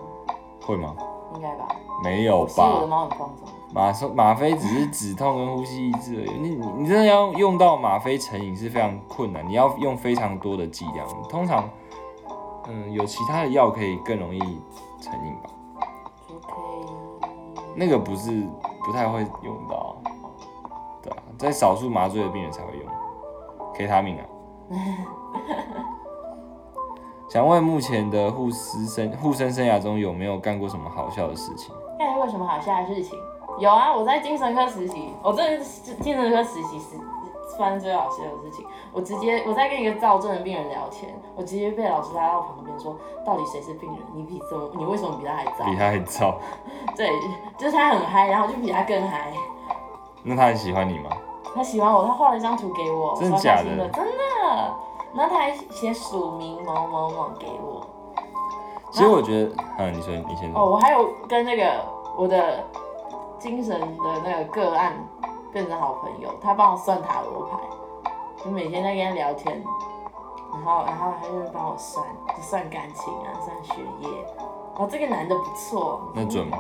会吗？
应该吧？
没有
其实我的
吧？
猫很放松。
吗啡吗啡只是止痛跟呼吸抑制而已。你你你真的要用到吗啡成瘾是非常困难，你要用非常多的剂量。通常，嗯，有其他的药可以更容易成瘾吧？
就可以。
那个不是不太会用到，啊对啊，在少数麻醉的病人才会用，K 他命啊。想问目前的护师生护生生涯中有没有干过什么好笑的事情？
那还有什么好笑的事情？有啊，我在精神科实习，我真的是精神科实习是翻追老师的事情，我直接我在跟一个躁症的病人聊天，我直接被老师拉到旁边说，到底谁是病人？你比怎么？你为什么比他还躁
比？他还燥。
对，就是他很嗨，然后我就比他更嗨。
那他很喜欢你吗？
他喜欢我，他画了一张图给我，
真的
我超开
假的
心的？真的。然后他还写署名某某某给我。
其实我觉得，嗯，你说你先
哦，
说。
我还有跟那个我的精神的那个个案变成好朋友，他帮我算塔罗牌，就每天在跟他聊天，然后然后他就会帮我算，就算感情啊，算学业。哦，这个男的不错，
那准吗？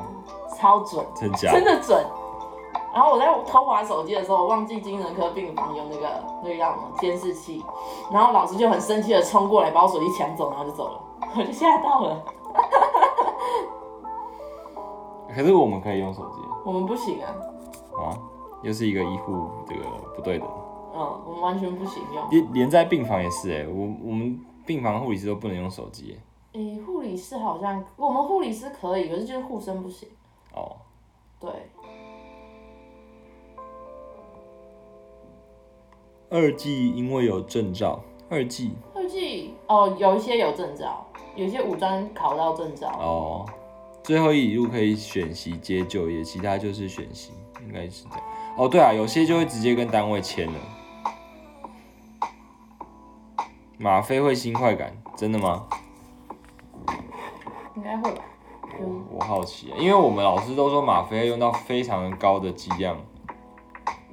超准，
真假？
真的准。然后我在偷滑手机的时候，我忘记精神科病房有那个那个叫什么监视器，然后老师就很生气的冲过来把我手机抢走，然后就走了，我就吓到了。
可是我们可以用手机
我们不行啊，
啊，又是一个医护这个不对的，
嗯，我们完全不行用。
连连在病房也是哎、我我们病房护理师都不能用手机、
诶、护理师好像我们护理师可以，可是就是护生不行。
欸、哦。
对，
二技因为有证照，二技
二技哦，有一些有证照，有一些武装考到证照。
哦，最后一路可以选席接就业，其他就是选席，应该是这样。哦，对啊，有些就会直接跟单位签了。吗啡会心快感，真的吗？
应该会吧。嗯，
我好奇，欸因为我们老师都说吗啡要用到非常高的剂量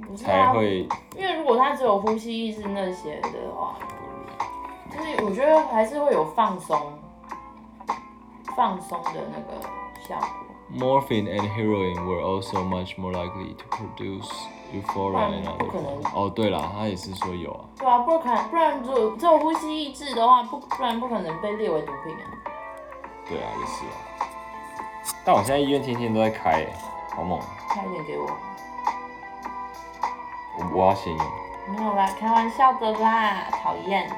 不是
才
啊，
会，
因为如果他只有呼吸抑制那些的话，就是我觉得还是会有放松、放松的那个效果。
Morphine and heroin were also much more likely to produce euphoria and
不可能
other。哦，对了，他也是说有啊。
对啊，不然不然如果只有呼吸抑制的话，不不然不可能被列为毒品啊。
对啊，也是啊。但我现在医院天天都在开、欸，好猛！
开一点给我，
我我要先用。
没有啦，开玩笑的啦，讨厌。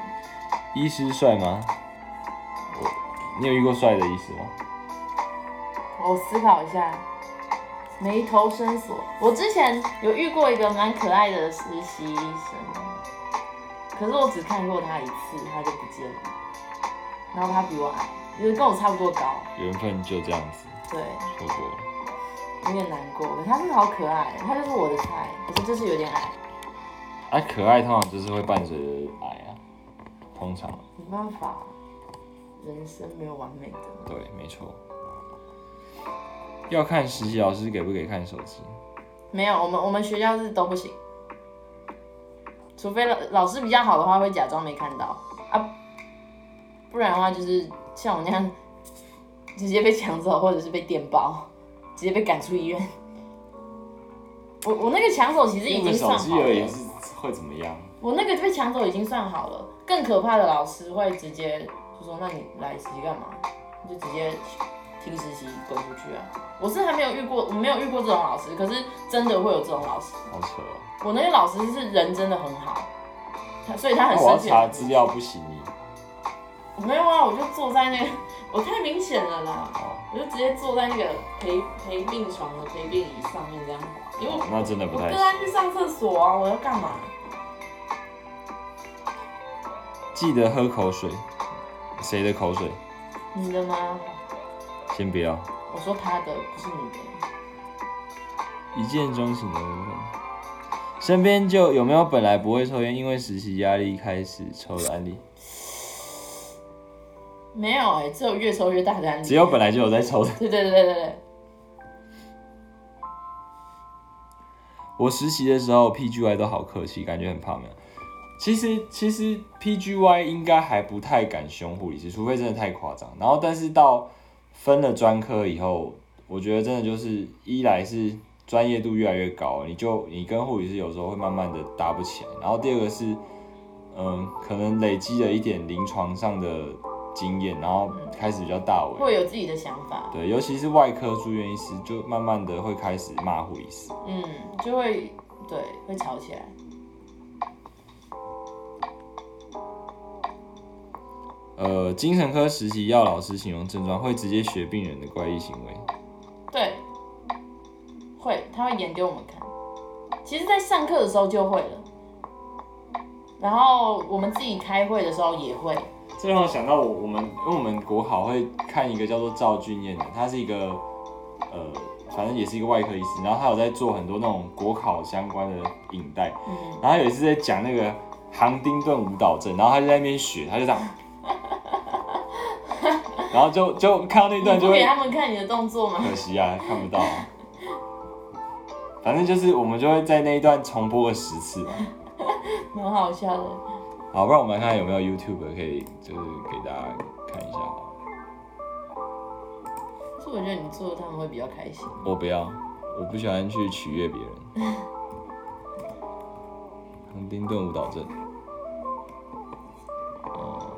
医师帅吗？我，你有遇过帅的医师吗？
我思考一下，眉头深锁。我之前有遇过一个蛮可爱的实习医生，可是我只看过他一次，他就不见了。然后他比我矮，就是跟我差不多高，
缘分就这样子
对，
错过了。
有点难过。可是他真的好可爱，他就是我的菜，可是就是有点矮，
啊，可爱通常就是会伴随着矮啊，通常
没办法，人生没有完美的。
对，没错。要看实习老师给不给看手机。
没有，我们我们学校是都不行，除非老老师比较好的话会假装没看到啊，不然的话就是像我那样直接被抢走，或者是被电爆，直接被赶出医院。我我那个抢走其实已
用
经
个手
算
机
好
而已
了，
是会怎么样？
我那个被抢走已经算好了。更可怕的老师会直接就说：“那你来实习干嘛？”你就直接停实习滚出去啊！我是还没有遇过，我没有遇过这种老师，可是真的会有这种老师。
好扯哦、
我那个老师是人真的很好，他所以他很
那我要
生气。
查资料不行你
没有啊，我就坐在那个，我太明显了啦，
哦，
我就直接坐在那个陪陪病床的陪病椅上面这样滑，因为我
哦那真的不
我
太
跟
行。
他去上厕所啊，我要干嘛？
记得喝口水，谁的口水？
你的吗？
先不要。
我说他的，不是你的。
一见钟情的部分，身边就有没有本来不会抽烟，因为实习压力开始抽的案例？
没有哎、只有越抽越大的案
只
例。
有本来就有在抽的。
对对对对对对，
我实习的时候 PGY 都好客气，感觉很怕没有。其实其实 PGY 应该还不太敢凶护理师，除非真的太夸张。然后但是到分了专科以后，我觉得真的就是一来是专业度越来越高，你就你跟护理师有时候会慢慢的搭不起来。然后第二个是，嗯，可能累积了一点临床上的经验，然后开始比较大尾。
会有自己的想法，
对，尤其是外科住院医师，就慢慢的会开始骂护理师。
嗯，就会对会吵起来。
呃，精神科实习要老师形容症状，会直接学病人的怪异行为。
对，会，他会演给我们看。其实，在上课的时候就会了，然后我们自己开会的时候也会，
这让我想到我我们，因为我们国考会看一个叫做赵俊彦的，他是一个呃，反正也是一个外科医师，然后他有在做很多那种国考相关的影带，
嗯，
然后他有一次在讲那个杭丁顿舞蹈症，然后他就在那边学，他就这样，然后就就看到那段
你
就
不
会
给他们看你的动作吗？
可惜啊，看不到、啊。反正就是我们就会在那一段重播个十次吧。
蛮好笑的。
好，不然我们来看看有没有 YouTube 可以就是给大家看一下好了。
可是我觉得你做的他们会比较开心。
我不要，我不喜欢去取悦别人。横丁顿舞蹈症。哦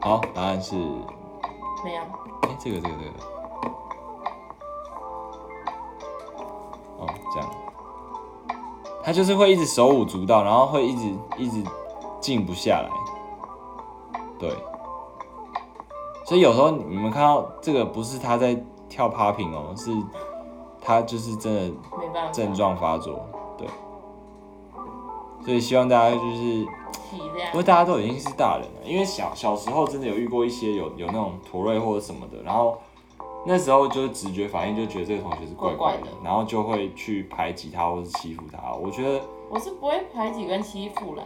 好，答案是，
没有，
哎、这个这个这个，哦，这样，他就是会一直手舞足蹈，然后会一直一直静不下来，对，所以有时候你们看到这个不是他在跳 popping 哦，是他就是真的
没办法。
症状发作，对，所以希望大家就是
体
不过
谅。
大家都已经是大人了，因为小小时候真的有遇过一些有有那种驼瑞或者什么的，然后那时候就是直觉反应就觉得这个同学是怪
怪
怪的，
怪的
然后就会去排挤他或是欺负他。我觉得，
我是不会排挤跟欺负啦，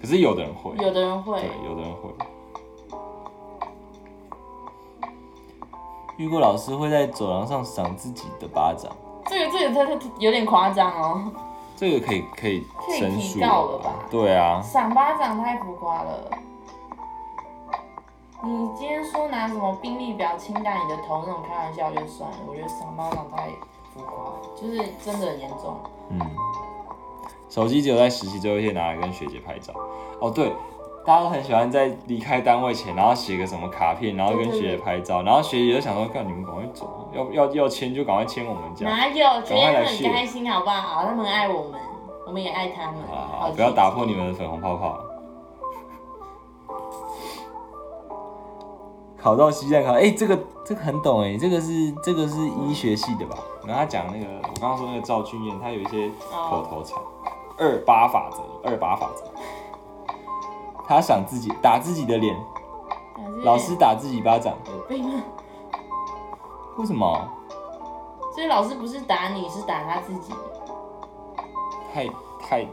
可是有的人会，
有的人会
对，有的人会。遇过老师会在走廊上赏自己的巴掌，
这个这个这这有点夸张哦，
这个可以可以
可以
申
提
诉
告了吧
对啊，
赏巴掌太浮夸了。你今天说拿什么病历表清淡你的头那种开玩笑就算了，我觉得赏巴掌太浮夸，就是真的很严重。
嗯，手机只有在实习最后一天拿来跟学姐拍照。哦，对，大家都很喜欢在离开单位前，然后写个什么卡片，然后跟学姐拍照，然后学姐就想说，干你们赶快走，啊要要要签就赶快签我们家。
哪有？觉得
赶快
他
来
们很
谢
开心好不好？他们很爱我们，我们也爱他们。
好啦好
好
啦，不要打
积极
破你们的粉红泡泡。考到西站考，哎、这个这个很懂哎、这个是这个是医学系的吧？然后他讲那个，我刚刚说那个赵俊彦，他有一些口头禅，二八法则，二八法则。他想自己打自己的脸，
还是
老师打自己巴掌，
有病啊！
为什么？
所以老师不是打你，是打他自己，
太太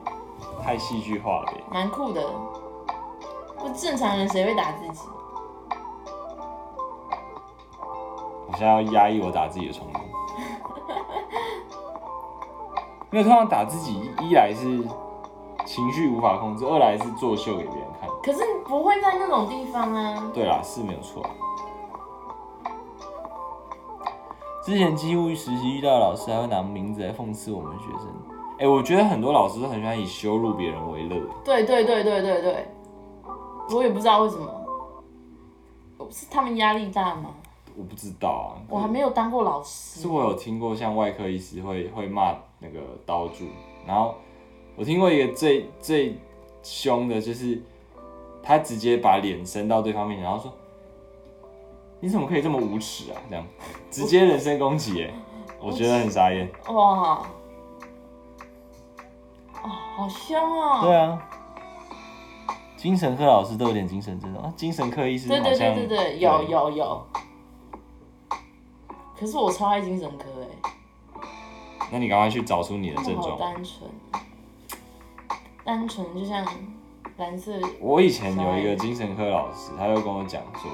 太戏剧化了呗。
蛮酷的。不正常人谁会打自己？
我现在要压抑我打自己的冲动。因为通常打自己，一来是情绪无法控制，二来是作秀给别人看。
可是不会在那种地方啊。
对啦，是没有错啊。之前几乎实习遇到的老师还会拿名字来讽刺我们学生。哎、我觉得很多老师都很喜欢以羞辱别人为乐。
对对对对对对，我也不知道为什么，是他们压力大吗？
我不知道啊，
我还没有当过老师
是，我有听过，像外科医师会会骂那个刀助，然后我听过一个最最凶的，就是他直接把脸伸到对方面前，然后说：“你怎么可以这么无耻啊？”这样直接人身攻击，哎，我觉得很傻眼。
哇，哦，好凶哦。
对啊，精神科老师都有点精神症状，啊精神科医师
对
好
对
像
对对对，有有有。可是我超爱精神科哎、
那你赶快去找出你的
他
症
们好
状。
单纯，单纯就像蓝色
我以前有一个精神科老师，他就跟我讲说，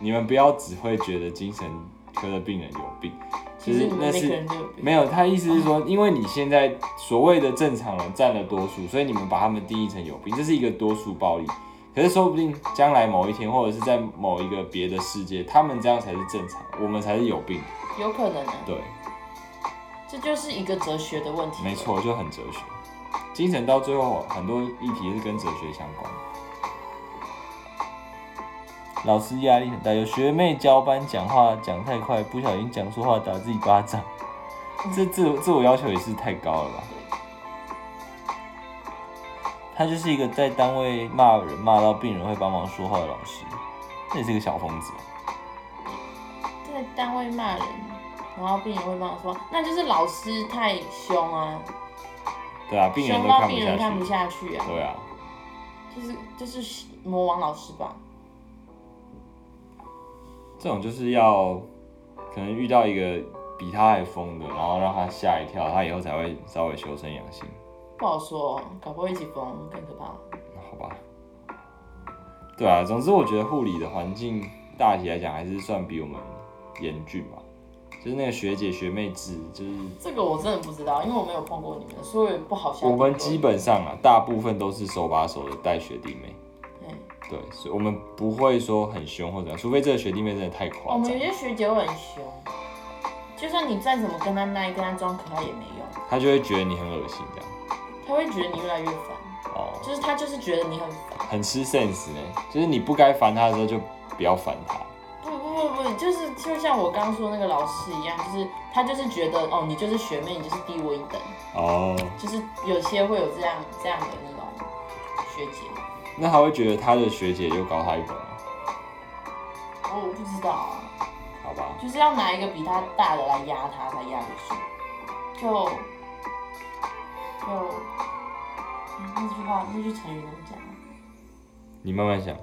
你们不要只会觉得精神科的病人有病，
其实你
那
们每个
是
人都有病，
没有。他意思是说，因为你现在所谓的正常人占了多数，所以你们把他们定义成有病，这是一个多数暴力。可是说不定将来某一天，或者是在某一个别的世界，他们这样才是正常，我们才是有病。
有可能啊，
对，
这就是一个哲学的问题。
没，错，就很哲学。精神到最后很多议题是跟哲学相关。老师压力很大，有学妹交班讲话讲太快，不小心讲错话打自己巴掌，
嗯
这自我自我要求也是太高了吧？他就是一个在单位骂人骂到病人会帮忙说话的老师，这也是个小疯子吧。
在单位骂人，然后病人会帮我说，那就是老师太凶啊，
对啊，病人
凶
都
到
看不
病
下
人看不
去，
下去啊，
对啊，
就是就是魔王老师吧，
这种就是要可能遇到一个比他还疯的，然后让他吓一跳，他以后才会稍微修身养性，
不好说哦，搞不好一起疯更可怕。
好吧？对啊，总之我觉得护理的环境大体来讲还是算比我们严峻吧，就是那个学姐学妹制，就是
这个我真的不知道，因为我没有碰过你们，所以我也不好下定
我
论。
们基本上啊，大部分都是手把手的带学弟妹。
嗯，
对，所以我们不会说很凶或者怎样，除非这个学弟妹真的太
我
夸
们
张
有，些学姐会很凶，就算你再怎么跟她耐，跟她装可爱也没用，
他就会觉得你很恶心这样。
她会觉得你越来越烦，
哦，
就是她就是觉得你很烦。
很吃 sense 呢，就是你不该烦他的时候就不要烦他。
不不不不，就是就像我刚说那个老师一样，就是她就是觉得哦，你就是学妹，你就是低我一等，
哦，
就是有些会有这样这样的那种学姐，
那他会觉得他的学姐又高他一等吗？
我不知道啊，
好吧，
就是要拿一个比她大的来压她才压得住，就就嗯那句话那句成语怎么讲啊？
你慢慢想。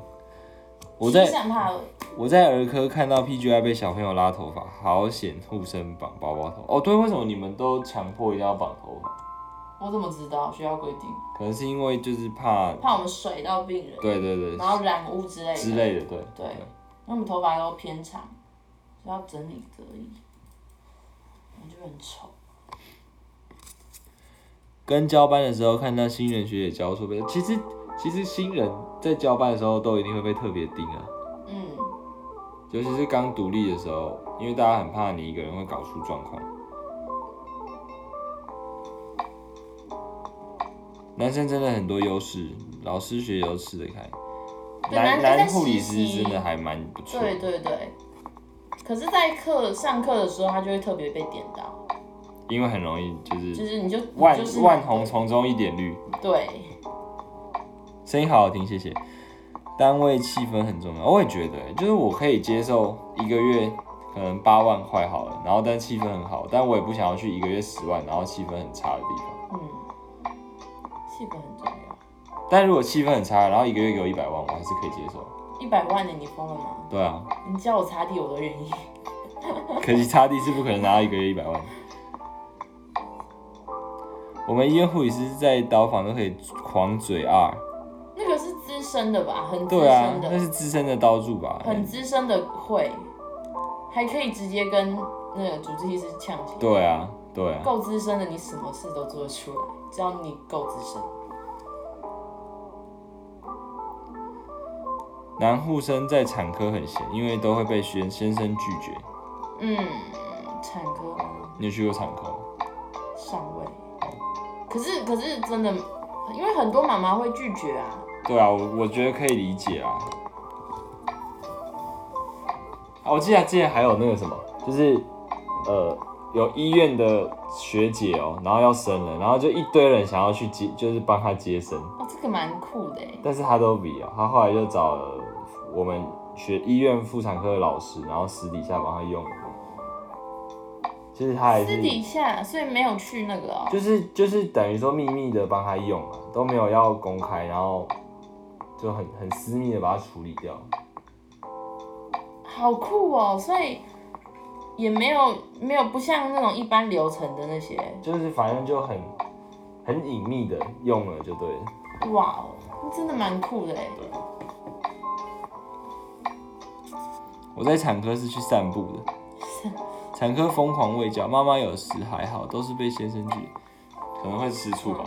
我
欺
在
善怕恶，
我在儿科看到 PGI 被小朋友拉头发，好险护身绑包包头。哦，对，为什么你们都强迫一定要绑头发？
我怎么知道？学校规定，
可能是因为就是怕，
怕我们甩到病人，
对对对
然后染污之类的。
之类的，对
对，因为我们头发都偏长，所以要整理隔离，我觉得很丑。
跟交班的时候看到新人学姐教说被，其实其实新人在交班的时候都一定会被特别盯啊，
嗯，
尤其是刚独立的时候，因为大家很怕你一个人会搞出状况。男生真的很多优势，老师学姐都吃得开。
对男生
男
在
男护理
实
师
习
真的还蛮不错，
对对对。可是，在课上课的时候，他就会特别被点到，
因为很容易就
就是是你就你
万
就是
万红丛中一点绿。
对，
声音好好听，谢谢。单位气氛很重要，我也觉得，就是我可以接受一个月可能八万块好了，然后但气氛很好，但我也不想要去一个月十万，然后气氛很差的地
嗯，
方。
气氛很重要。
但如果气氛很差，然后一个月给我一百万，我还是可以接受。
一百万的你疯了吗？
对啊，
你叫我擦地我都愿意。
可惜差地是不可能拿到一个月一百万。我们医院护理师在刀房都可以狂嘴二，
那个是资深的吧，很资
对啊
深，的。
那是资深的刀柱吧？
很资深的会，还可以直接跟那个主治医师呛起来。
对啊，对啊。
够资深的，你什么事都做得出来，只要你够资深。
男护生在产科很闲，因为都会被先先生拒绝。
嗯，产科吗
你有去过产科吗？
上位，可是可是真的，因为很多妈妈会拒绝啊。
对啊，我我觉得可以理解啊。啊，我记得之前还有那个什么，就是呃，有医院的学姐哦、然后要生了，然后就一堆人想要去接，就是帮她接生，
哦，这个蛮酷的欸
但是她都不要，她后来就找了我们学医院妇产科的老师，然后私底下帮她用。就是她还是
私底下，所以没有去那个哦。
就是就是等于说秘密的帮他用啊，都没有要公开，然后就很很私密的把它处理掉。
好酷哦，所以也没有没有不像那种一般流程的那些，
就是反正就很很隐秘的用了就对了。
哇哦，真的蛮酷的哎。
我在产科是去散步的， 产科疯狂喂教，妈妈有时还好，都是被先生拒，可能会吃醋吧，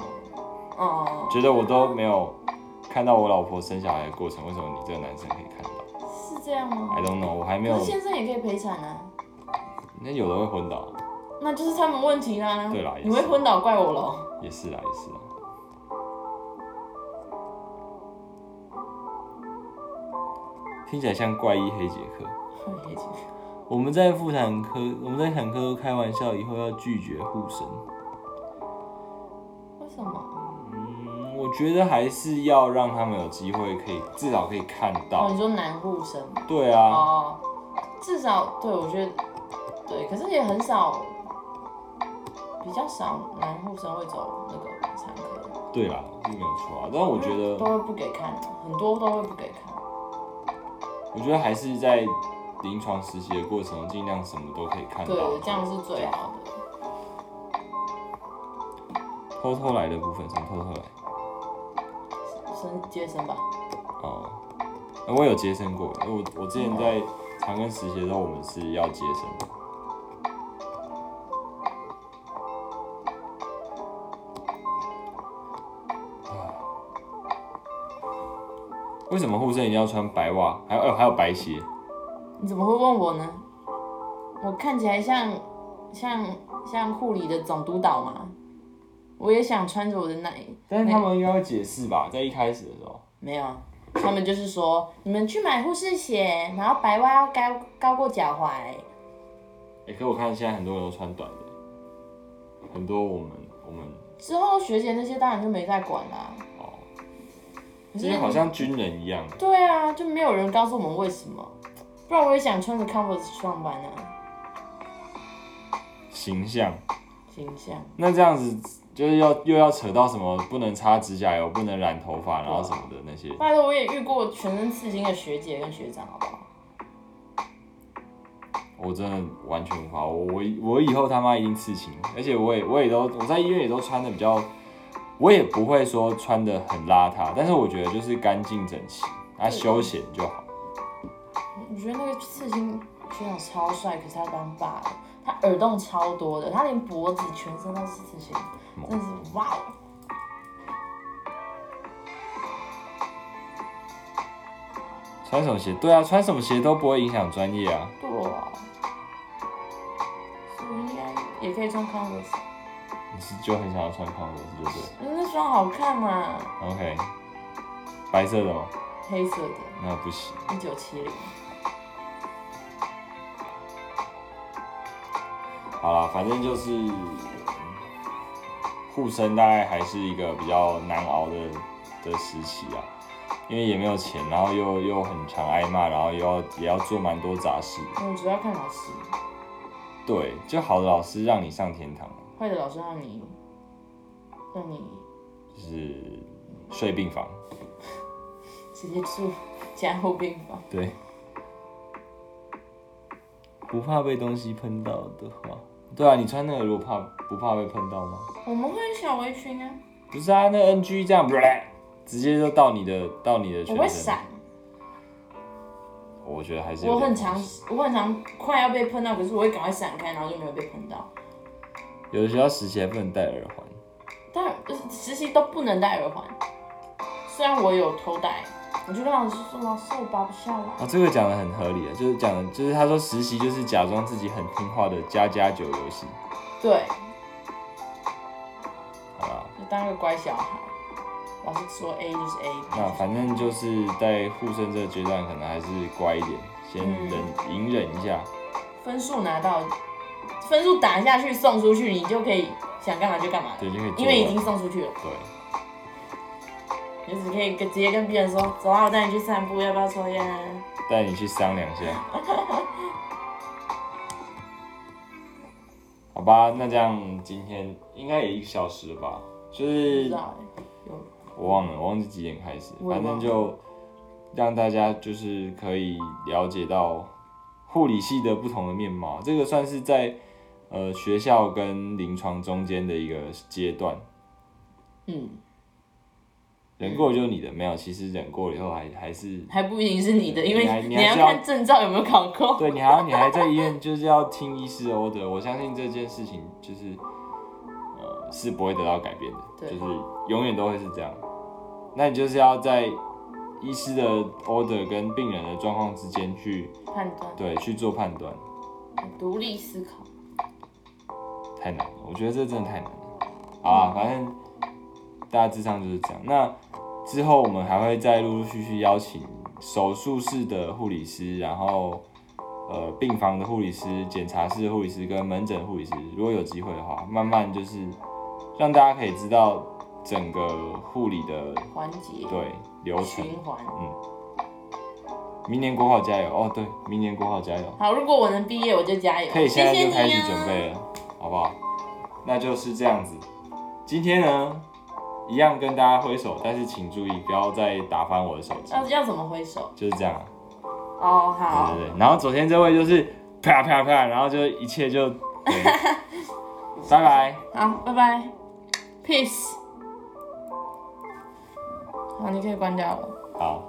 哦、
觉得我都没有看到我老婆生小孩的过程，为什么你这个男生可以看到
是这样吗？
？I don't know，我还没有
可是，先生也可以陪产啊，
那有的会昏倒，啊
那就是他们问题啦。
对啦也是
你会昏倒怪我 喽。
也是啦，啊也是啦。听起来像怪医黑杰克。我们在妇产科，我们在产科开玩笑，以后要拒绝护生。
为什么？
嗯，我觉得还是要让他们有机会，可以至少可以看
哦，
到。
你说男护生
对啊，
哦，至少对我觉得对，可是也很少，比较少男护生会走那个产科，
对啦，这没有错啊。但我觉得
都，会不给看，很多都会不给看。
我觉得还是在临床实习的过程，尽量什么都可以看
对
到，。
这样是最好的。
偷偷来的部分，从偷偷来。
生接生吧，
哦、那我有接生过，因为我我之前在长庚实习的时候，我们是要接生的。唉啊为什么护士一定要穿白袜？还有、呃还有白鞋？
你怎么会问我呢？我看起来像像像护理的总督导吗？我也想穿着我的奶，
但是他们应该会解释吧，在一开始的时候。
没有啊，他们就是说你们去买护士鞋，然后白袜要高高过脚踝。
哎、可我看现在很多人都穿短的，很多我们我们
之后学姐那些当然就没再管啦、
哦，
可
这
是
些好像军人一样。
对啊，就没有人告诉我们为什么，不然我也想穿着 Converse 去上班啊，
形象。
形象。
那这样子就是要又要扯到什么不能擦指甲油、不能染头发，然后什么的那些。
拜托，我也遇过全身刺青的学姐跟学长，好不好？
我真的完全无法，我我我以后他妈一定刺青，而且我也我也都我在医院也都穿的比较，我也不会说穿的很邋遢，但是我觉得就是干净整齐，啊休闲就好。
我觉得那个刺青学长超帅，可是他当爸了，他耳洞超多的，他连脖子、全身都是刺青，真的是哇哦！
穿什么鞋？对啊，穿什么鞋都不会影响专业啊。
对啊，所以应该也可以穿 Converse，
你是就很想要穿 Converse 就对了
嗯那双好看嘛，
OK，白色的吗？
黑色的，
那不行。
一九七零。
好啦，反正就是护生大概还是一个比较难熬的的时期啊，因为也没有钱，然后又又很常挨骂，然后又要也要做蛮多杂事的。
我主要看老师，
对，就好的老师让你上天堂，
坏的老师让你让你
就是睡病房。
直接住加护病房。
对，不怕被东西喷到的话，对啊，你穿那个如果怕不怕被喷到吗？
我们会小围裙啊，
不是啊，那 NG 这样，直接就到你的到你的
我
全
会
身。
闪，
我觉得还是有
我
点
很常我很常快要被喷到，可是我会赶快闪开，然后就没有被喷到。
有的学校实习还不能戴耳环，
但呃实习都不能戴耳环，虽然我有偷戴，我就跟老师说老师我拔不下来。
啊，这个讲的很合理啊，就是讲的，就是他说实习就是假装自己很听话的加加酒游戏，
对，
好啦，
就当个乖小孩。老师说 A 就是 A，
那啊反正就是在护生这个阶段，可能还是乖一点，先
嗯
忍隐忍一下，
分数拿到，分数打下去送出去，你就可以想干嘛就干嘛了，
对，就可以做
因为已
了。
经送出去了。
对，
你只可以跟直接跟别人说，走啊，我带你去散步，要不要抽烟啊？
带你去 商量一下。好吧，那这样今天应该也一个小时了吧？就
不知
是
道哎、
我忘了，我忘记几点开始，
我也
反
忘了
正就让大家就是可以了解到护理系的不同的面貌。这个算是在呃学校跟临床中间的一个阶段。
嗯，
忍过就是你的，没有，其实忍过以后还还是
嗯还不一定是你的，因
你还
为
你
你
还
还要
是要
看证照有没有考过。
对你还要你还在医院就是要听医师的 order，我相信这件事情就是呃是不会得到改变的，
对
就是永远都会是这样。那你就是要在医师的 order 跟病人的状况之间去
判断，
对去做判断，
独立思考。
太难了，我觉得这真的太难了。好啊，反正大致上就是这样。那之后我们还会再陆陆续续邀请手术室的护理师，然后呃病房的护理师、检查室的护理师跟门诊护理师，如果有机会的话，慢慢就是让大家可以知道整个护理的
环节
对流程。
循环。
嗯，明年国考加油哦，对，明年国考加油，
好，如果我能毕业，我就加油。
可以现在
谢谢
就
你
开
啊
始准备了，好不好？那就是这样子。今天呢，一样跟大家挥手，但是请注意不要再打翻我的手机，
要要怎么挥手？
就是这样。
哦，好
对，对对。然后昨天这位就是啪啪啪，然后就一切就，对拜拜。
好，拜拜，peace。好，你可以关掉了。
好，